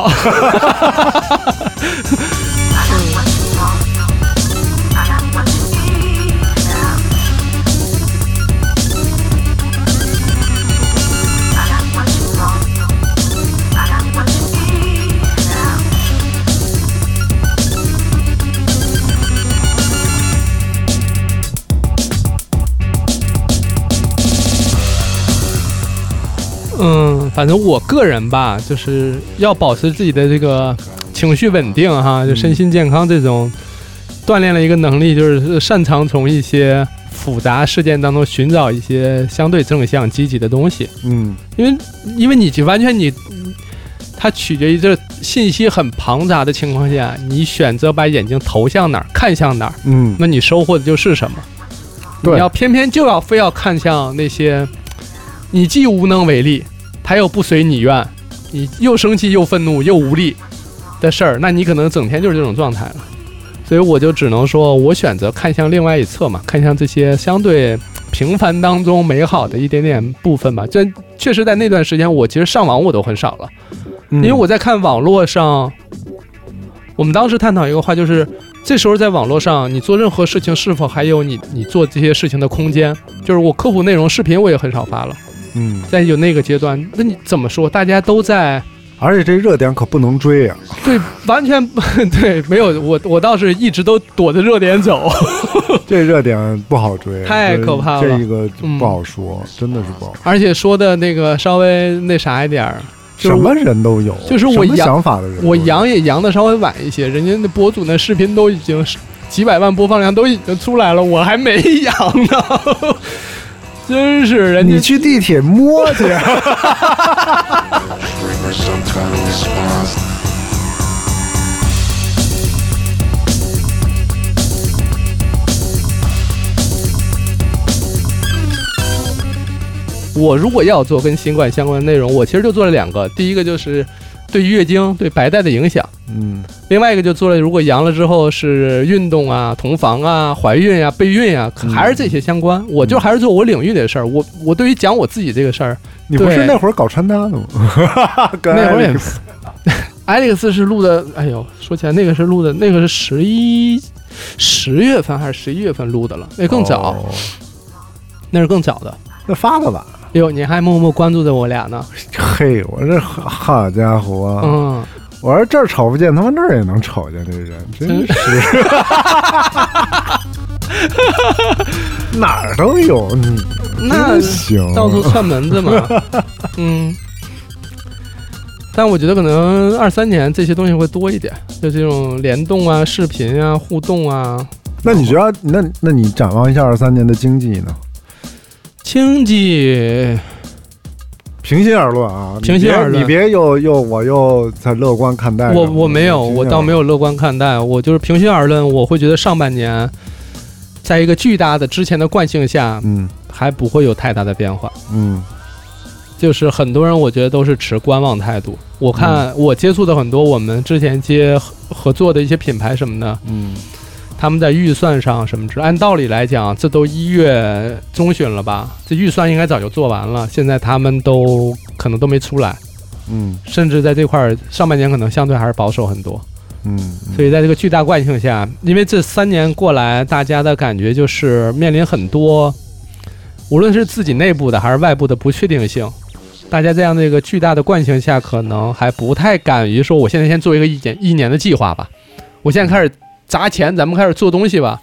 Speaker 3: 嗯，反正我个人吧，就是要保持自己的这个情绪稳定哈，就身心健康这种，锻炼了一个能力，就是擅长从一些复杂事件当中寻找一些相对正向、积极的东西。
Speaker 1: 嗯
Speaker 3: 因为因为你就完全你，它取决于这信息很庞杂的情况下，你选择把眼睛投向哪儿，看向哪儿，
Speaker 1: 嗯
Speaker 3: 那你收获的就是什么？
Speaker 1: 对
Speaker 3: 你要偏偏就要非要看向那些，你既无能为力，他又不随你愿，你又生气又愤怒又无力的事儿，那你可能整天就是这种状态了。所以我就只能说，我选择看向另外一侧嘛，看向这些相对平凡当中美好的一点点部分吧。这确实在那段时间，我其实上网我都很少了。
Speaker 1: 嗯，
Speaker 3: 因为我在看网络上，我们当时探讨一个话，就是这时候在网络上，你做任何事情是否还有你你做这些事情的空间？就是我科普内容视频我也很少发了，
Speaker 1: 嗯，
Speaker 3: 在有那个阶段，那你怎么说？大家都在
Speaker 1: 而且这热点可不能追啊
Speaker 3: <laughs>
Speaker 1: 呀、
Speaker 3: 对完全 <laughs> 对没有我我倒是一直都躲着热点走， <laughs>
Speaker 1: 这热点不好追，啊
Speaker 3: 太
Speaker 1: 这
Speaker 3: 可怕了嗯
Speaker 1: 这一个就不好说，真的是不好。
Speaker 3: 而且说的那个稍微那啥一点儿，就是
Speaker 1: 什么人都有，
Speaker 3: 就是我
Speaker 1: 什么
Speaker 3: 阳
Speaker 1: 想法的人都有，
Speaker 3: 我扬也扬的稍微晚一些，人家那博主那视频都已经是几百万播放量都已经出来了，我还没扬呢，真是人
Speaker 1: 你
Speaker 3: 家
Speaker 1: 去地铁摸
Speaker 3: <laughs>
Speaker 1: 去，
Speaker 3: 我如果要做跟新冠相关的内容，我其实就做了两个，第一个就是对月经对白带的影响。
Speaker 1: 嗯，
Speaker 3: 另外一个就做了，如果阳了之后是运动啊、同房啊、怀孕啊、备孕啊，
Speaker 1: 嗯
Speaker 3: 还是这些相关。我就还是做我领域的事儿。我我对于讲我自己这个事儿，
Speaker 1: 你不是
Speaker 3: 对
Speaker 1: 那会儿搞穿搭的吗？ <laughs> 跟
Speaker 3: 那会儿也
Speaker 1: Alex
Speaker 3: ，Alex 是录的，哎呦，说起来那个是录的，那个是十一十月份还是十一月份录的了，那更早，
Speaker 1: 哦
Speaker 3: 那是更早的。
Speaker 1: 那发的吧？
Speaker 3: 哎呦，你还默默关注着我俩呢。
Speaker 1: 嘿，我这好好家伙、啊，
Speaker 3: 嗯，
Speaker 1: 我说这儿瞅不见，他妈那儿也能瞅见，这人真是 <laughs> 哪儿都有，你
Speaker 3: <laughs> 那
Speaker 1: 真行，
Speaker 3: 到处串门子嘛。
Speaker 1: <laughs>
Speaker 3: 嗯，但我觉得可能二三年这些东西会多一点，就这种联动啊、视频啊、互动啊。
Speaker 1: 那你觉得，那那你展望一下二三年的经济呢？
Speaker 3: 经济
Speaker 1: 平心而论啊，
Speaker 3: 平心而论
Speaker 1: 你别你别又又我又才乐观看待。
Speaker 3: 我我没有，我倒没
Speaker 1: 有。
Speaker 3: 有乐观看待，我就是平心而论，我会觉得上半年，在一个巨大的之前的惯性下，
Speaker 1: 嗯
Speaker 3: 还不会有太大的变化。
Speaker 1: 嗯
Speaker 3: 就是很多人，我觉得都是持观望态度。我看、我接触的很多我们之前接合合作的一些品牌什么的，
Speaker 1: 嗯
Speaker 3: 他们在预算上什么之，按道理来讲，这都一月中旬了吧？这预算应该早就做完了，现在他们都可能都没出来，
Speaker 1: 嗯
Speaker 3: 甚至在这块儿上半年可能相对还是保守很多。
Speaker 1: 嗯，
Speaker 3: 所以在这个巨大惯性下，因为这三年过来，大家的感觉就是面临很多，无论是自己内部的还是外部的不确定性。大家这样的一个巨大的惯性下，可能还不太敢于说，我现在先做一个一年一年的计划吧，我现在开始砸钱，咱们开始做东西吧，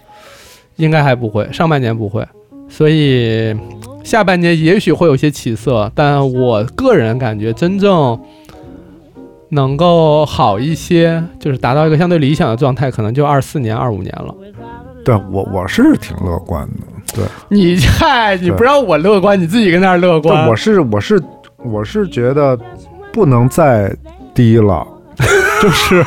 Speaker 3: 应该还不会，上半年不会，所以下半年也许会有些起色，但我个人感觉真正能够好一些，就是达到一个相对理想的状态，可能就二四年、二五年了。
Speaker 1: 对我我是挺乐观的，
Speaker 3: 你嗨，你不
Speaker 1: 对
Speaker 3: 让我乐观，你自己跟那儿乐观
Speaker 1: 但。我是我是我是觉得不能再低
Speaker 3: <laughs>
Speaker 1: 了，就是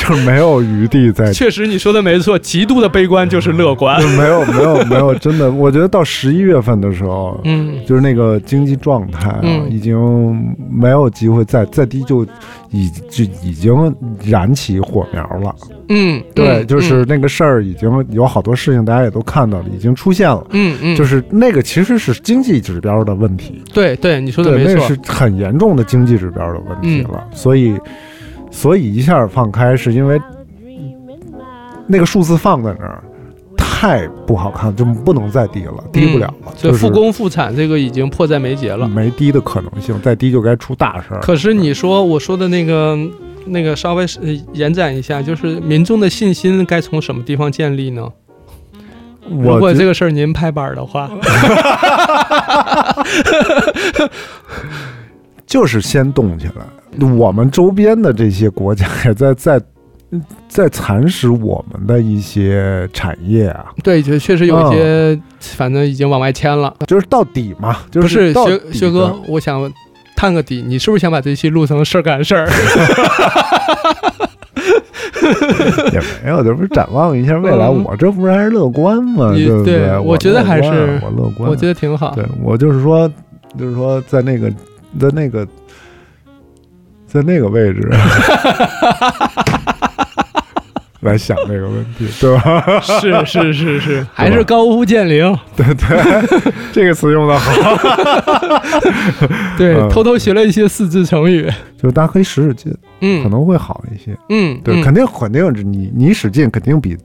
Speaker 1: 就是没有余地再
Speaker 3: 确实你说的没错，极度的悲观就是乐观
Speaker 1: 就。没有没有没有真的，我觉得到十一月份的时候，
Speaker 3: 嗯，
Speaker 1: 就是那个经济状态啊，
Speaker 3: 嗯
Speaker 1: 已经没有机会再再低就已就已经燃起火苗了。
Speaker 3: 嗯，
Speaker 1: 对，
Speaker 3: 嗯
Speaker 1: 就是那个事儿已经有好多事情大家也都看到了，已经出现了。
Speaker 3: 嗯嗯，
Speaker 1: 就是是那个其实是经济指标的问题，
Speaker 3: 对对，你说的
Speaker 1: 对，
Speaker 3: 没
Speaker 1: 那
Speaker 3: 错嗯
Speaker 1: 是。很严重的经济指标的问题了。所以，所以一下放开是因为那个数字放在那儿太不好看，就不能再低了，低不了了。
Speaker 3: 嗯所
Speaker 1: 就是
Speaker 3: 以
Speaker 1: 嗯
Speaker 3: 复工复产这个已经迫在眉睫了。
Speaker 1: 没低的可能性，再低就该出大事儿。
Speaker 3: 可是你说我说的那个那个稍微呃延展一下，就是民众的信心该从什么地方建立呢？如
Speaker 1: 我
Speaker 3: 果
Speaker 1: 觉
Speaker 3: 这个事儿您拍板儿的话，
Speaker 1: 就是先动起来。我们周边的这些国家也在 <laughs> 在在蚕食我们的一些产业啊，
Speaker 3: 对，就确实有一些，反正已经往外迁了。
Speaker 1: 就是到底嘛，就
Speaker 3: 不是
Speaker 1: 到
Speaker 3: 薛
Speaker 1: 底
Speaker 3: 薛
Speaker 1: 的
Speaker 3: 哥，，我想探个底，你是不是想把这期录成事儿干事儿？
Speaker 1: 也没有，这不是展望一下未
Speaker 3: <laughs>
Speaker 1: 来。
Speaker 3: 嗯
Speaker 1: 我这不是还是乐观吗？
Speaker 3: 你
Speaker 1: 对不
Speaker 3: 嗯对我
Speaker 1: 我
Speaker 3: 觉得
Speaker 1: 乐
Speaker 3: 还
Speaker 1: 观
Speaker 3: 是
Speaker 1: 我乐观，
Speaker 3: 我觉得挺好。
Speaker 1: 对我就是说，就是说在那个在那个在那个位置 <laughs> 来想这个问题，对吧？ <laughs>
Speaker 3: 是是是是，还是高屋建瓴。
Speaker 1: 这个词用的好，
Speaker 3: 对，
Speaker 1: 嗯
Speaker 3: 偷偷学了一些四字成语。
Speaker 1: 就是大家可以使使劲，可
Speaker 3: 嗯
Speaker 1: 能会好一些。
Speaker 3: 嗯，
Speaker 1: 对，
Speaker 3: 嗯
Speaker 1: 肯定肯定是你你使劲，肯定比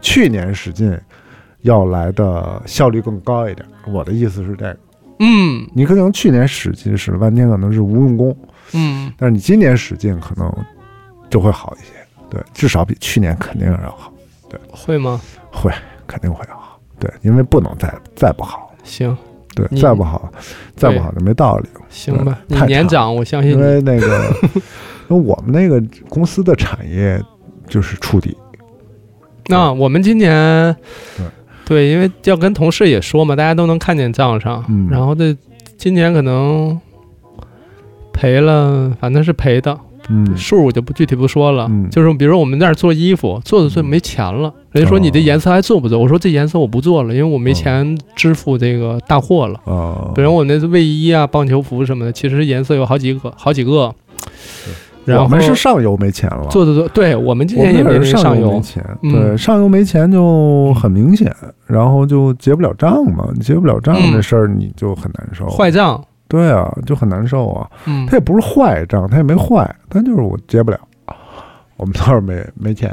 Speaker 1: 去年使劲要来的效率更高一点。我的意思是这个，
Speaker 3: 嗯
Speaker 1: 你可能去年使劲使了半天，可能是无用功，
Speaker 3: 嗯，
Speaker 1: 但是你今年使劲可能就会好一些。对，至少比去年肯定要好，
Speaker 3: 嗯会吗？
Speaker 1: 会肯定会好。对，因为不能再再不好了。
Speaker 3: 行，
Speaker 1: 对，
Speaker 3: 你
Speaker 1: 再不好，再不好就没道理了。
Speaker 3: 行吧，你
Speaker 1: 嗯太长
Speaker 3: 年长，我相信
Speaker 1: 因
Speaker 3: 你。
Speaker 1: 为那个，因为我们那个公司的产业就是触底，
Speaker 3: 那我们今年
Speaker 1: 嗯对，
Speaker 3: 对，因为要跟同事也说嘛，大家都能看见账上，
Speaker 1: 嗯
Speaker 3: 然后这今年可能赔了，反正是赔的，
Speaker 1: 嗯，
Speaker 3: 数我就不具体不说了。
Speaker 1: 嗯
Speaker 3: 就是比如我们那儿做衣服，做着做着
Speaker 1: 嗯
Speaker 3: 没钱了，人家说
Speaker 1: 哦
Speaker 3: 你的颜色还做不做？我说这颜色我不做了，因为我没钱支付这个大货了。
Speaker 1: 哦，
Speaker 3: 比如我那卫衣啊、棒球服什么的，其实颜色有好几个，好几个。然后
Speaker 1: 我们是上游没钱了，
Speaker 3: 做做做，对我们今
Speaker 1: 我们
Speaker 3: 年也
Speaker 1: 也
Speaker 3: 面临
Speaker 1: 是上
Speaker 3: 游
Speaker 1: 没，钱，哦
Speaker 3: 嗯
Speaker 1: 对，上游没钱就很明显，然后就结不了账嘛，你结不了账
Speaker 3: 嗯
Speaker 1: 这事儿你就很难受，
Speaker 3: 坏账。
Speaker 1: 对啊，就很难受啊。
Speaker 3: 嗯
Speaker 1: 他，也不是坏账，他也没坏，但就是我结不了。我们倒是没没钱，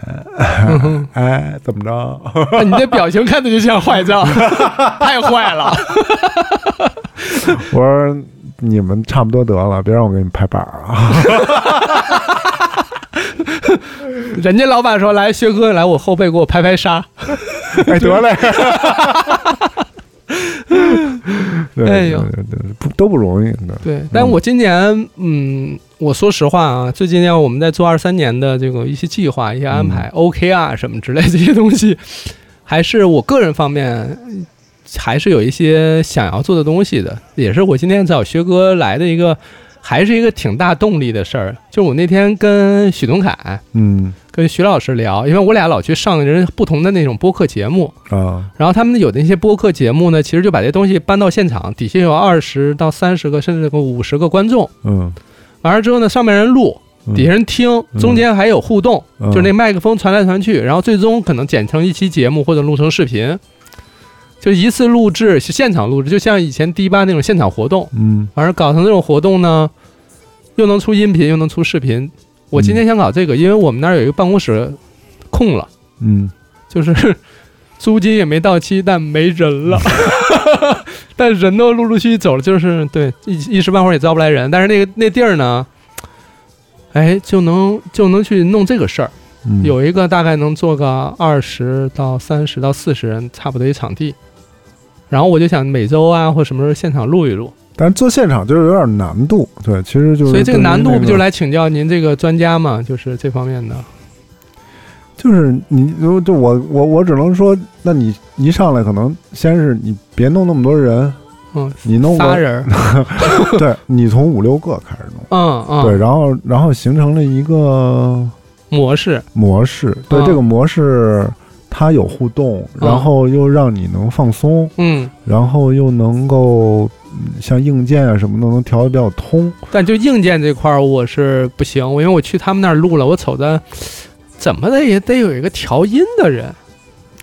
Speaker 3: 嗯
Speaker 1: <laughs> 哎，怎么着？
Speaker 3: 啊你这表情看着就像坏账，太坏了。
Speaker 1: 我说你们差不多得了，别让我给你拍板儿
Speaker 3: <laughs>
Speaker 1: 啊！
Speaker 3: 人家老板说来，薛哥来我后背给我拍拍沙。
Speaker 1: 哎，得嘞。 <laughs> 对
Speaker 3: 哎呦
Speaker 1: 对对对，不都不容易的。
Speaker 3: 对，但我今年，嗯，我说实话啊，最近呢，我们在做二三年的这个一些计划、一些安排、OK 啊什么之类这些东西， <laughs> 还是我个人方面。还是有一些想要做的东西的，也是我今天找薛哥来的一个，还是一个挺大动力的事儿。就我那天跟许东凯、
Speaker 1: 嗯
Speaker 3: 跟徐老师聊，因为我俩老去上人家不同的那种播客节目，
Speaker 1: 啊，
Speaker 3: 然后他们有的那些播客节目呢，其实就把这东西搬到现场，底下有二十到三十个，甚至个五十个观众。
Speaker 1: 嗯，
Speaker 3: 完了之后呢，上面人录，
Speaker 1: 嗯
Speaker 3: 底下人听，中间还有互动，
Speaker 1: 嗯
Speaker 3: 就是那麦克风传来传去，然后最终可能剪成一期节目或者录成视频，就一次录制，是现场录制，就像以前 D 八那种现场活动。
Speaker 1: 嗯
Speaker 3: 反正搞成这种活动呢，又能出音频，又能出视频。我今天想搞这个，因为我们那儿有一个办公室空了，
Speaker 1: 嗯，
Speaker 3: 就是 <laughs> 租金也没到期，但没人了， <laughs> 但人都陆陆续续走了，就是对一一时半会儿也招不来人。但是那个那地儿呢，哎，就能就能去弄这个事儿。
Speaker 1: 嗯
Speaker 3: 有一个大概能做个二十到三十到四十人差不多一场地，然后我就想每周啊或什么时候现场录一录。
Speaker 1: 但是做现场就是有点难度，对，其实就是
Speaker 3: 所以这
Speaker 1: 对
Speaker 3: 个
Speaker 1: 于
Speaker 3: 难度
Speaker 1: 那
Speaker 3: 不
Speaker 1: 个
Speaker 3: 就来请教您这个专家嘛，就是这方面的。
Speaker 1: 就是你就就我我我只能说，那你一上来可能先是你别弄那么多人，
Speaker 3: 嗯，
Speaker 1: 你弄
Speaker 3: 仨
Speaker 1: 个
Speaker 3: 人儿，
Speaker 1: <laughs> 对你从五六个开始弄，
Speaker 3: 嗯
Speaker 1: 对，
Speaker 3: 嗯，
Speaker 1: 然后然后形成了一个
Speaker 3: 模式，
Speaker 1: 模式，对、
Speaker 3: 嗯
Speaker 1: 这个模式它有互动，
Speaker 3: 嗯
Speaker 1: 然后又让你能放松，
Speaker 3: 嗯，
Speaker 1: 然后又能够嗯像硬件啊什么的能调的比较通，
Speaker 3: 但就硬件这块儿我是不行，我因为我去他们那儿录了，我瞅着怎么的也得有一个调音的人，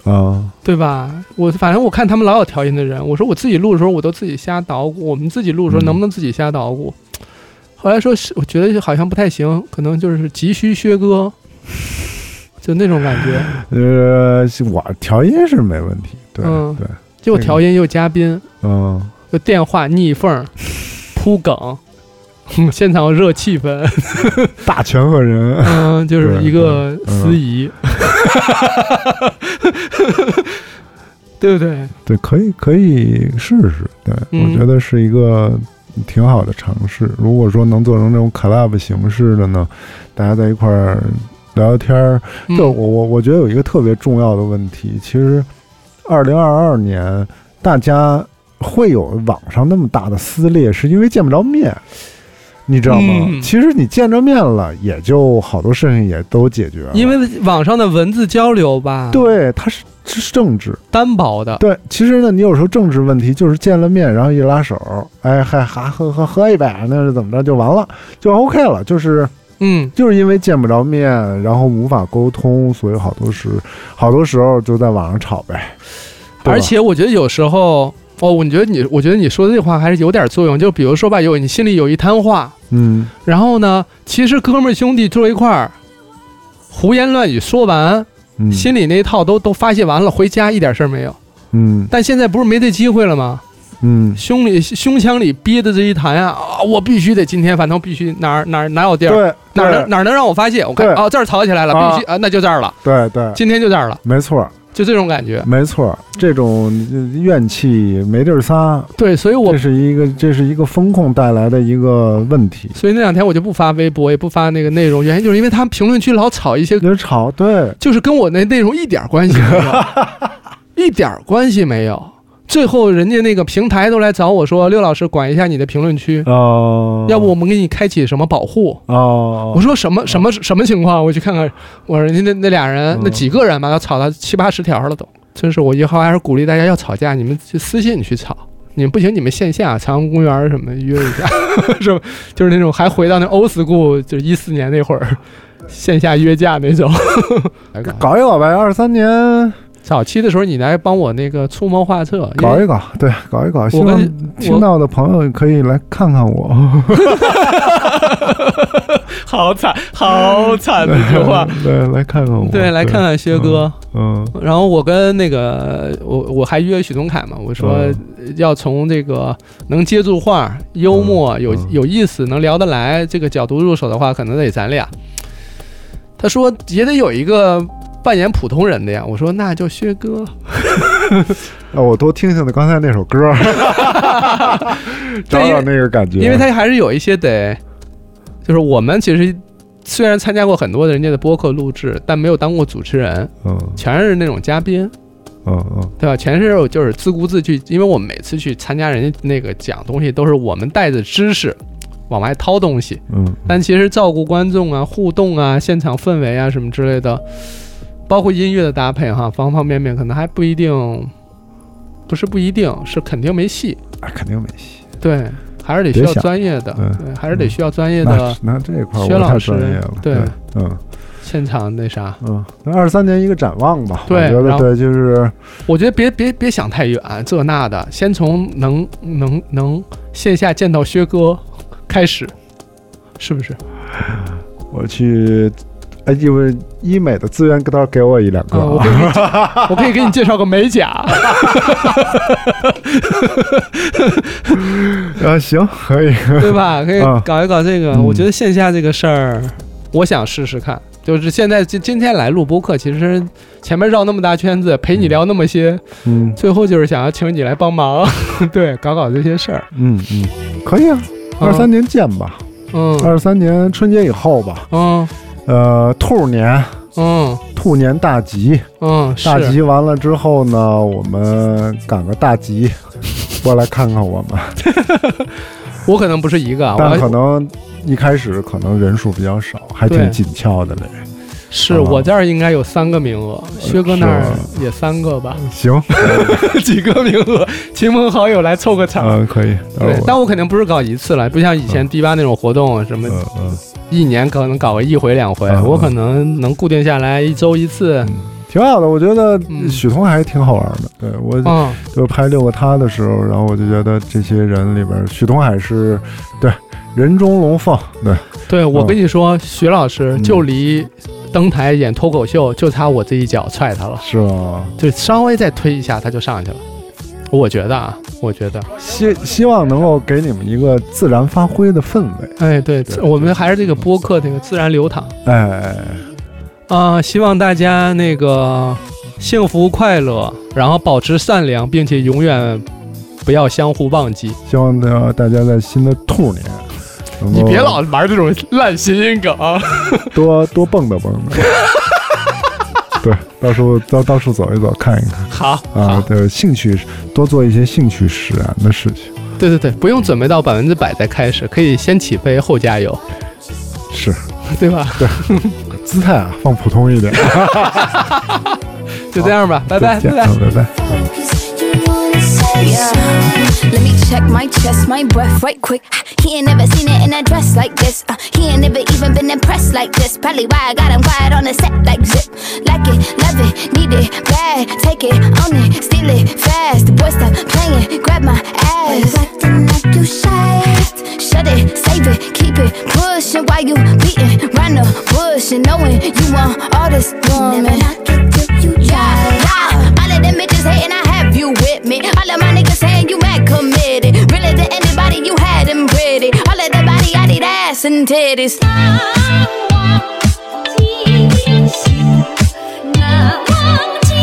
Speaker 1: 啊，
Speaker 3: 对吧？我反正我看他们老有调音的人，我说我自己录的时候我都自己瞎捣鼓，我们自己录的时候
Speaker 1: 嗯
Speaker 3: 能不能自己瞎捣鼓？后来说是，我觉得好像不太行，可能就是急需薛哥，就那种感觉。
Speaker 1: 呃，我调音是没问题，对、
Speaker 3: 嗯
Speaker 1: 对，
Speaker 3: 又调音又嘉宾，
Speaker 1: 嗯。
Speaker 3: 就电话逆
Speaker 1: <laughs>
Speaker 3: 缝、铺梗，哼现场热气
Speaker 1: <laughs>
Speaker 3: 氛，
Speaker 1: 大权和人，
Speaker 3: 嗯，就是一个
Speaker 1: 对嗯
Speaker 3: 司仪，对不对？
Speaker 1: 对，可以可以试试。对、
Speaker 3: 嗯
Speaker 1: 我觉得是一个挺好的尝试。如果说能做成这种 club 形式的呢，大家在一块儿聊聊天儿。
Speaker 3: 嗯
Speaker 1: 就我我我觉得有一个特别重要的问题，其实二零二二年大家会有网上那么大的撕裂，是因为见不着面。你知道吗？
Speaker 3: 嗯
Speaker 1: 其实你见着面了，也就好多事情也都解决了。
Speaker 3: 因为网上的文字交流吧，，
Speaker 1: 对，它是是政治，
Speaker 3: 单薄的，
Speaker 1: 对，其实呢，你有时候政治问题就是见了面，然后一拉手，哎嗨，哈喝喝喝一杯，啊那是怎么着就完了，就 OK 了。就是
Speaker 3: 嗯
Speaker 1: 就是因为见不着面，然后无法沟通，所以好多时好多时候就在网上吵呗。对吧
Speaker 3: 而且我觉得有时候，哦，我觉得你，我觉得你说的这话还是有点作用。就比如说吧，有你心里有一摊话，
Speaker 1: 嗯
Speaker 3: 然后呢，其实哥们儿兄弟坐一块儿，胡言乱语说完，
Speaker 1: 嗯，
Speaker 3: 心里那一套都都发泄完了，回家一点事儿没有。
Speaker 1: 嗯
Speaker 3: 但现在不是没这机会了吗？
Speaker 1: 嗯，
Speaker 3: 胸里胸腔里憋的这一痰啊，啊我必须得今天，反正必须哪儿哪儿哪有地儿，
Speaker 1: 对，
Speaker 3: 哪儿
Speaker 1: 对
Speaker 3: 能哪儿能让我发泄？我看
Speaker 1: 对
Speaker 3: 哦，这儿吵起来了，
Speaker 1: 啊
Speaker 3: 必须啊，那就这儿了，
Speaker 1: 对对，
Speaker 3: 今天就这儿了。
Speaker 1: 没错，
Speaker 3: 就这种感觉。
Speaker 1: 没错，这种呃怨气没地儿撒，
Speaker 3: 对，所以我
Speaker 1: 这是一个这是一个风控带来的一个问题。
Speaker 3: 所以那两天我就不发微博，也不发那个内容，原因就是因为他们评论区老炒一些
Speaker 1: 有点吵，对，
Speaker 3: 就是跟我那内容一点儿关系
Speaker 1: <laughs>
Speaker 3: 没有，一点儿关系没有。最后人家那个平台都来找我说：“六老师，管一下你的评论区，
Speaker 1: 哦，
Speaker 3: 要不我们给你开启什么保护？”
Speaker 1: 哦，
Speaker 3: 我说什么什么什么情况？我去看看。我说人家那那俩人
Speaker 1: 嗯
Speaker 3: 那几个人吧，要吵到七八十条了都。真是我以后还是鼓励大家要吵架，你们去私信去吵，你们不行你们线下朝阳公园儿什么的约一下， <laughs> 是吧？就是那种还回到那 old school，就是一四年那会儿线下约架那种。啊
Speaker 1: 搞一搞呗，二三年
Speaker 3: <laughs> 早期的时候你来帮我那个出谋划策，因为
Speaker 1: 搞一搞，对，搞一搞。希
Speaker 3: 我
Speaker 1: 望
Speaker 3: 跟
Speaker 1: 听到的朋友可以来看看我，
Speaker 3: <laughs> 好惨好惨的啊一句话。
Speaker 1: 对，来看看我，
Speaker 3: 哎 <laughs> 对，来看，看薛哥。
Speaker 1: 嗯，
Speaker 3: 然后我跟那个我我还约许宗凯嘛，我说
Speaker 1: 嗯
Speaker 3: 要从这个能接住话、幽默、
Speaker 1: 嗯
Speaker 3: 有
Speaker 1: 嗯
Speaker 3: 有意思、能聊得来这个角度入手的话，可能得咱俩。他说也得有一个扮演普通人的呀。我说那就薛哥。
Speaker 1: 那啊我多听听他刚才那首
Speaker 3: <laughs>
Speaker 1: 歌，找
Speaker 3: 对因
Speaker 1: 找
Speaker 3: 为
Speaker 1: 那个感觉，
Speaker 3: 因为他还是有一些得，就是我们其实虽然参加过很多的人家的播客录制，但没有当过主持人，
Speaker 1: 嗯
Speaker 3: 全是那种嘉宾，
Speaker 1: 嗯嗯，
Speaker 3: 对吧？全是就是自顾自去，因为我们每次去参加人家那个讲东西，都是我们带着知识往外掏东西，
Speaker 1: 嗯，
Speaker 3: 但其实照顾观众啊、互动啊、现场氛围啊什么之类的，包括音乐的搭配哈，方方面面可能还不一定，不是不一定是肯定没戏，
Speaker 1: 啊肯定没戏。
Speaker 3: 对，还是得需
Speaker 1: 别
Speaker 3: 要
Speaker 1: 想
Speaker 3: 专业的，
Speaker 1: 对
Speaker 3: 对，还是得需要专业的。
Speaker 1: 那那这一块儿
Speaker 3: 薛
Speaker 1: 我
Speaker 3: 老
Speaker 1: 太
Speaker 3: 师
Speaker 1: 专业了，
Speaker 3: 对，
Speaker 1: 嗯
Speaker 3: 现场那啥，
Speaker 1: 嗯，那二三年一个展望吧，
Speaker 3: 对
Speaker 1: 我觉
Speaker 3: 然
Speaker 1: 得
Speaker 3: 后
Speaker 1: 对，就是
Speaker 3: 我觉得别别别想太远，这那的，先从能能能线下见到薛哥开始，是不是？
Speaker 1: 我去，哎，因为医美的资源到时候给我一两个
Speaker 3: 啊，我
Speaker 1: 啊，
Speaker 3: 给你介，我可以给你介绍个美
Speaker 1: <laughs>
Speaker 3: 甲，
Speaker 1: <laughs> 啊，行，可以，
Speaker 3: 对吧？可以
Speaker 1: 啊
Speaker 3: 搞一搞这个。
Speaker 1: 嗯
Speaker 3: 我觉得线下这个事儿，我想试试看。就是现在今今天来录播客，其实前面绕那么大圈子，陪你聊那么些，
Speaker 1: 嗯
Speaker 3: 最后就是想要请你来
Speaker 1: <laughs>
Speaker 3: 帮忙，对，搞搞这些事儿。
Speaker 1: 嗯嗯，可以啊，二三年见吧，
Speaker 3: 嗯
Speaker 1: 二三年春节以后吧，
Speaker 3: 嗯
Speaker 1: 呃，兔年，
Speaker 3: 嗯
Speaker 1: 兔年大吉，
Speaker 3: 嗯，是
Speaker 1: 大吉完了之后呢，我们赶个大吉。过来看看我
Speaker 3: <laughs> 啊
Speaker 1: 们，
Speaker 3: 我可能不是一个啊，我
Speaker 1: 但
Speaker 3: 要
Speaker 1: 可能一开始可能人数比较少，还
Speaker 3: 对
Speaker 1: 挺紧俏的嘞。
Speaker 3: 是
Speaker 1: 啊
Speaker 3: 我这儿应该有三个名额，薛哥那儿
Speaker 1: 是吗
Speaker 3: 也三个吧， <laughs>
Speaker 1: 行，
Speaker 3: 几个名额，亲朋好友来凑个场。
Speaker 1: 嗯，可以。
Speaker 3: 对，啊但我啊肯定不是搞一次了，不像以前迪吧那种活动，什么
Speaker 1: 嗯嗯，
Speaker 3: 一年可能搞个一回两回，
Speaker 1: 嗯
Speaker 3: 我可能能固定下来一周一次。
Speaker 1: 挺好的，我觉得
Speaker 3: 嗯
Speaker 1: 许彤还挺好玩的。对我
Speaker 3: 嗯，
Speaker 1: 就是拍六个他的时候，然后我就觉得这些人里边，许东海是对人中龙凤，对
Speaker 3: 对，我
Speaker 1: 嗯
Speaker 3: 跟你说，徐老师
Speaker 1: 嗯
Speaker 3: 就离登台演脱口秀就差我这一脚踹他了，
Speaker 1: 是吧？
Speaker 3: 就稍微再推一下他就上去了。我觉得啊，我觉得，
Speaker 1: 希希望能够给你们一个自然发挥的氛围。
Speaker 3: 哎，对，
Speaker 1: 对
Speaker 3: 我们还是这个播客这个自然流淌。
Speaker 1: 哎，
Speaker 3: 啊、希望大家那个幸福快乐，然后保持善良，并且永远不要相互忘记。
Speaker 1: 希望呢大家在新的兔年，能够
Speaker 3: 你别老玩这种烂谐音梗啊！
Speaker 1: 多多蹦跶蹦 <laughs> 跶。对，到处到到处走一走，看一看
Speaker 3: <laughs> 好，
Speaker 1: 啊
Speaker 3: 好，，
Speaker 1: 对，兴趣多做一些兴趣使然的事情。
Speaker 3: 对对对，不用准备到百分之百再开始，可以先起飞后加油，
Speaker 1: 是，
Speaker 3: 对吧？
Speaker 1: 姿态啊，放普通一 <laughs> 点。
Speaker 3: 就这样吧，拜拜，
Speaker 1: 再见
Speaker 3: 拜拜
Speaker 1: 啊。拜拜。
Speaker 5: Yeah. Let me check my chest, my breath right quick. He ain't never seen it in a dress like this. Uh, he ain't never even been impressed like this. Probably why I got him quiet on the set like zip. Like it, love it, need it, bad. Take it, own it, steal it, fast. The boy stop playing, grab my ass. not do Shut it, save it, keep it, pushing while you beating round the bush and knowing you want all this woman. Yeah, yeah. All of them bitches hating, I have you with me. All of my niggas saying you mad committed. Really to anybody, you had them pretty. All of the body, I need ass and titties.
Speaker 2: T 那忘记。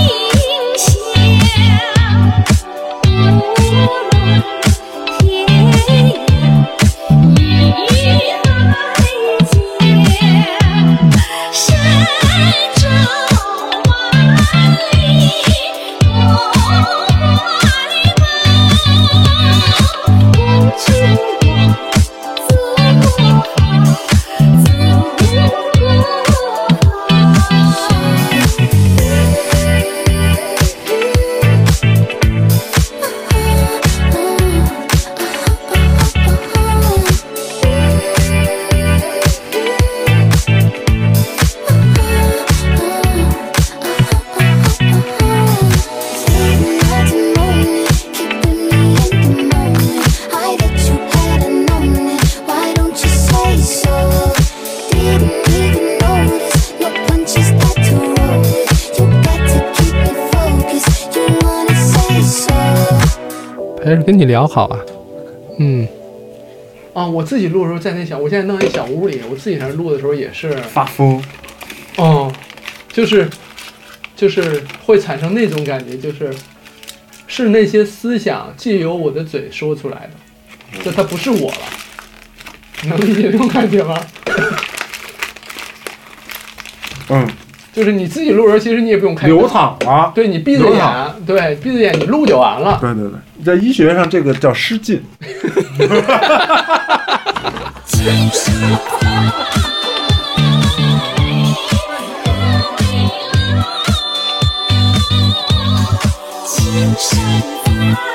Speaker 3: 还是跟你聊好啊。嗯，啊，我自己录的时候在那小，我现在弄一小屋里，我自己在那录的时候也是，
Speaker 6: 发疯，
Speaker 3: 哦，就是就是会产生那种感觉，就是是那些思想借由我的嘴说出来的，就它不是我了，能理解这种感觉吗？
Speaker 6: 嗯，
Speaker 3: 就是你自己录的时候，其实你也不用开灯
Speaker 6: 流淌了。
Speaker 3: 对你闭着
Speaker 6: 流
Speaker 3: 眼，对闭着眼你录就完了。
Speaker 6: 对对对，在医学上这个叫失禁。
Speaker 2: 青山在。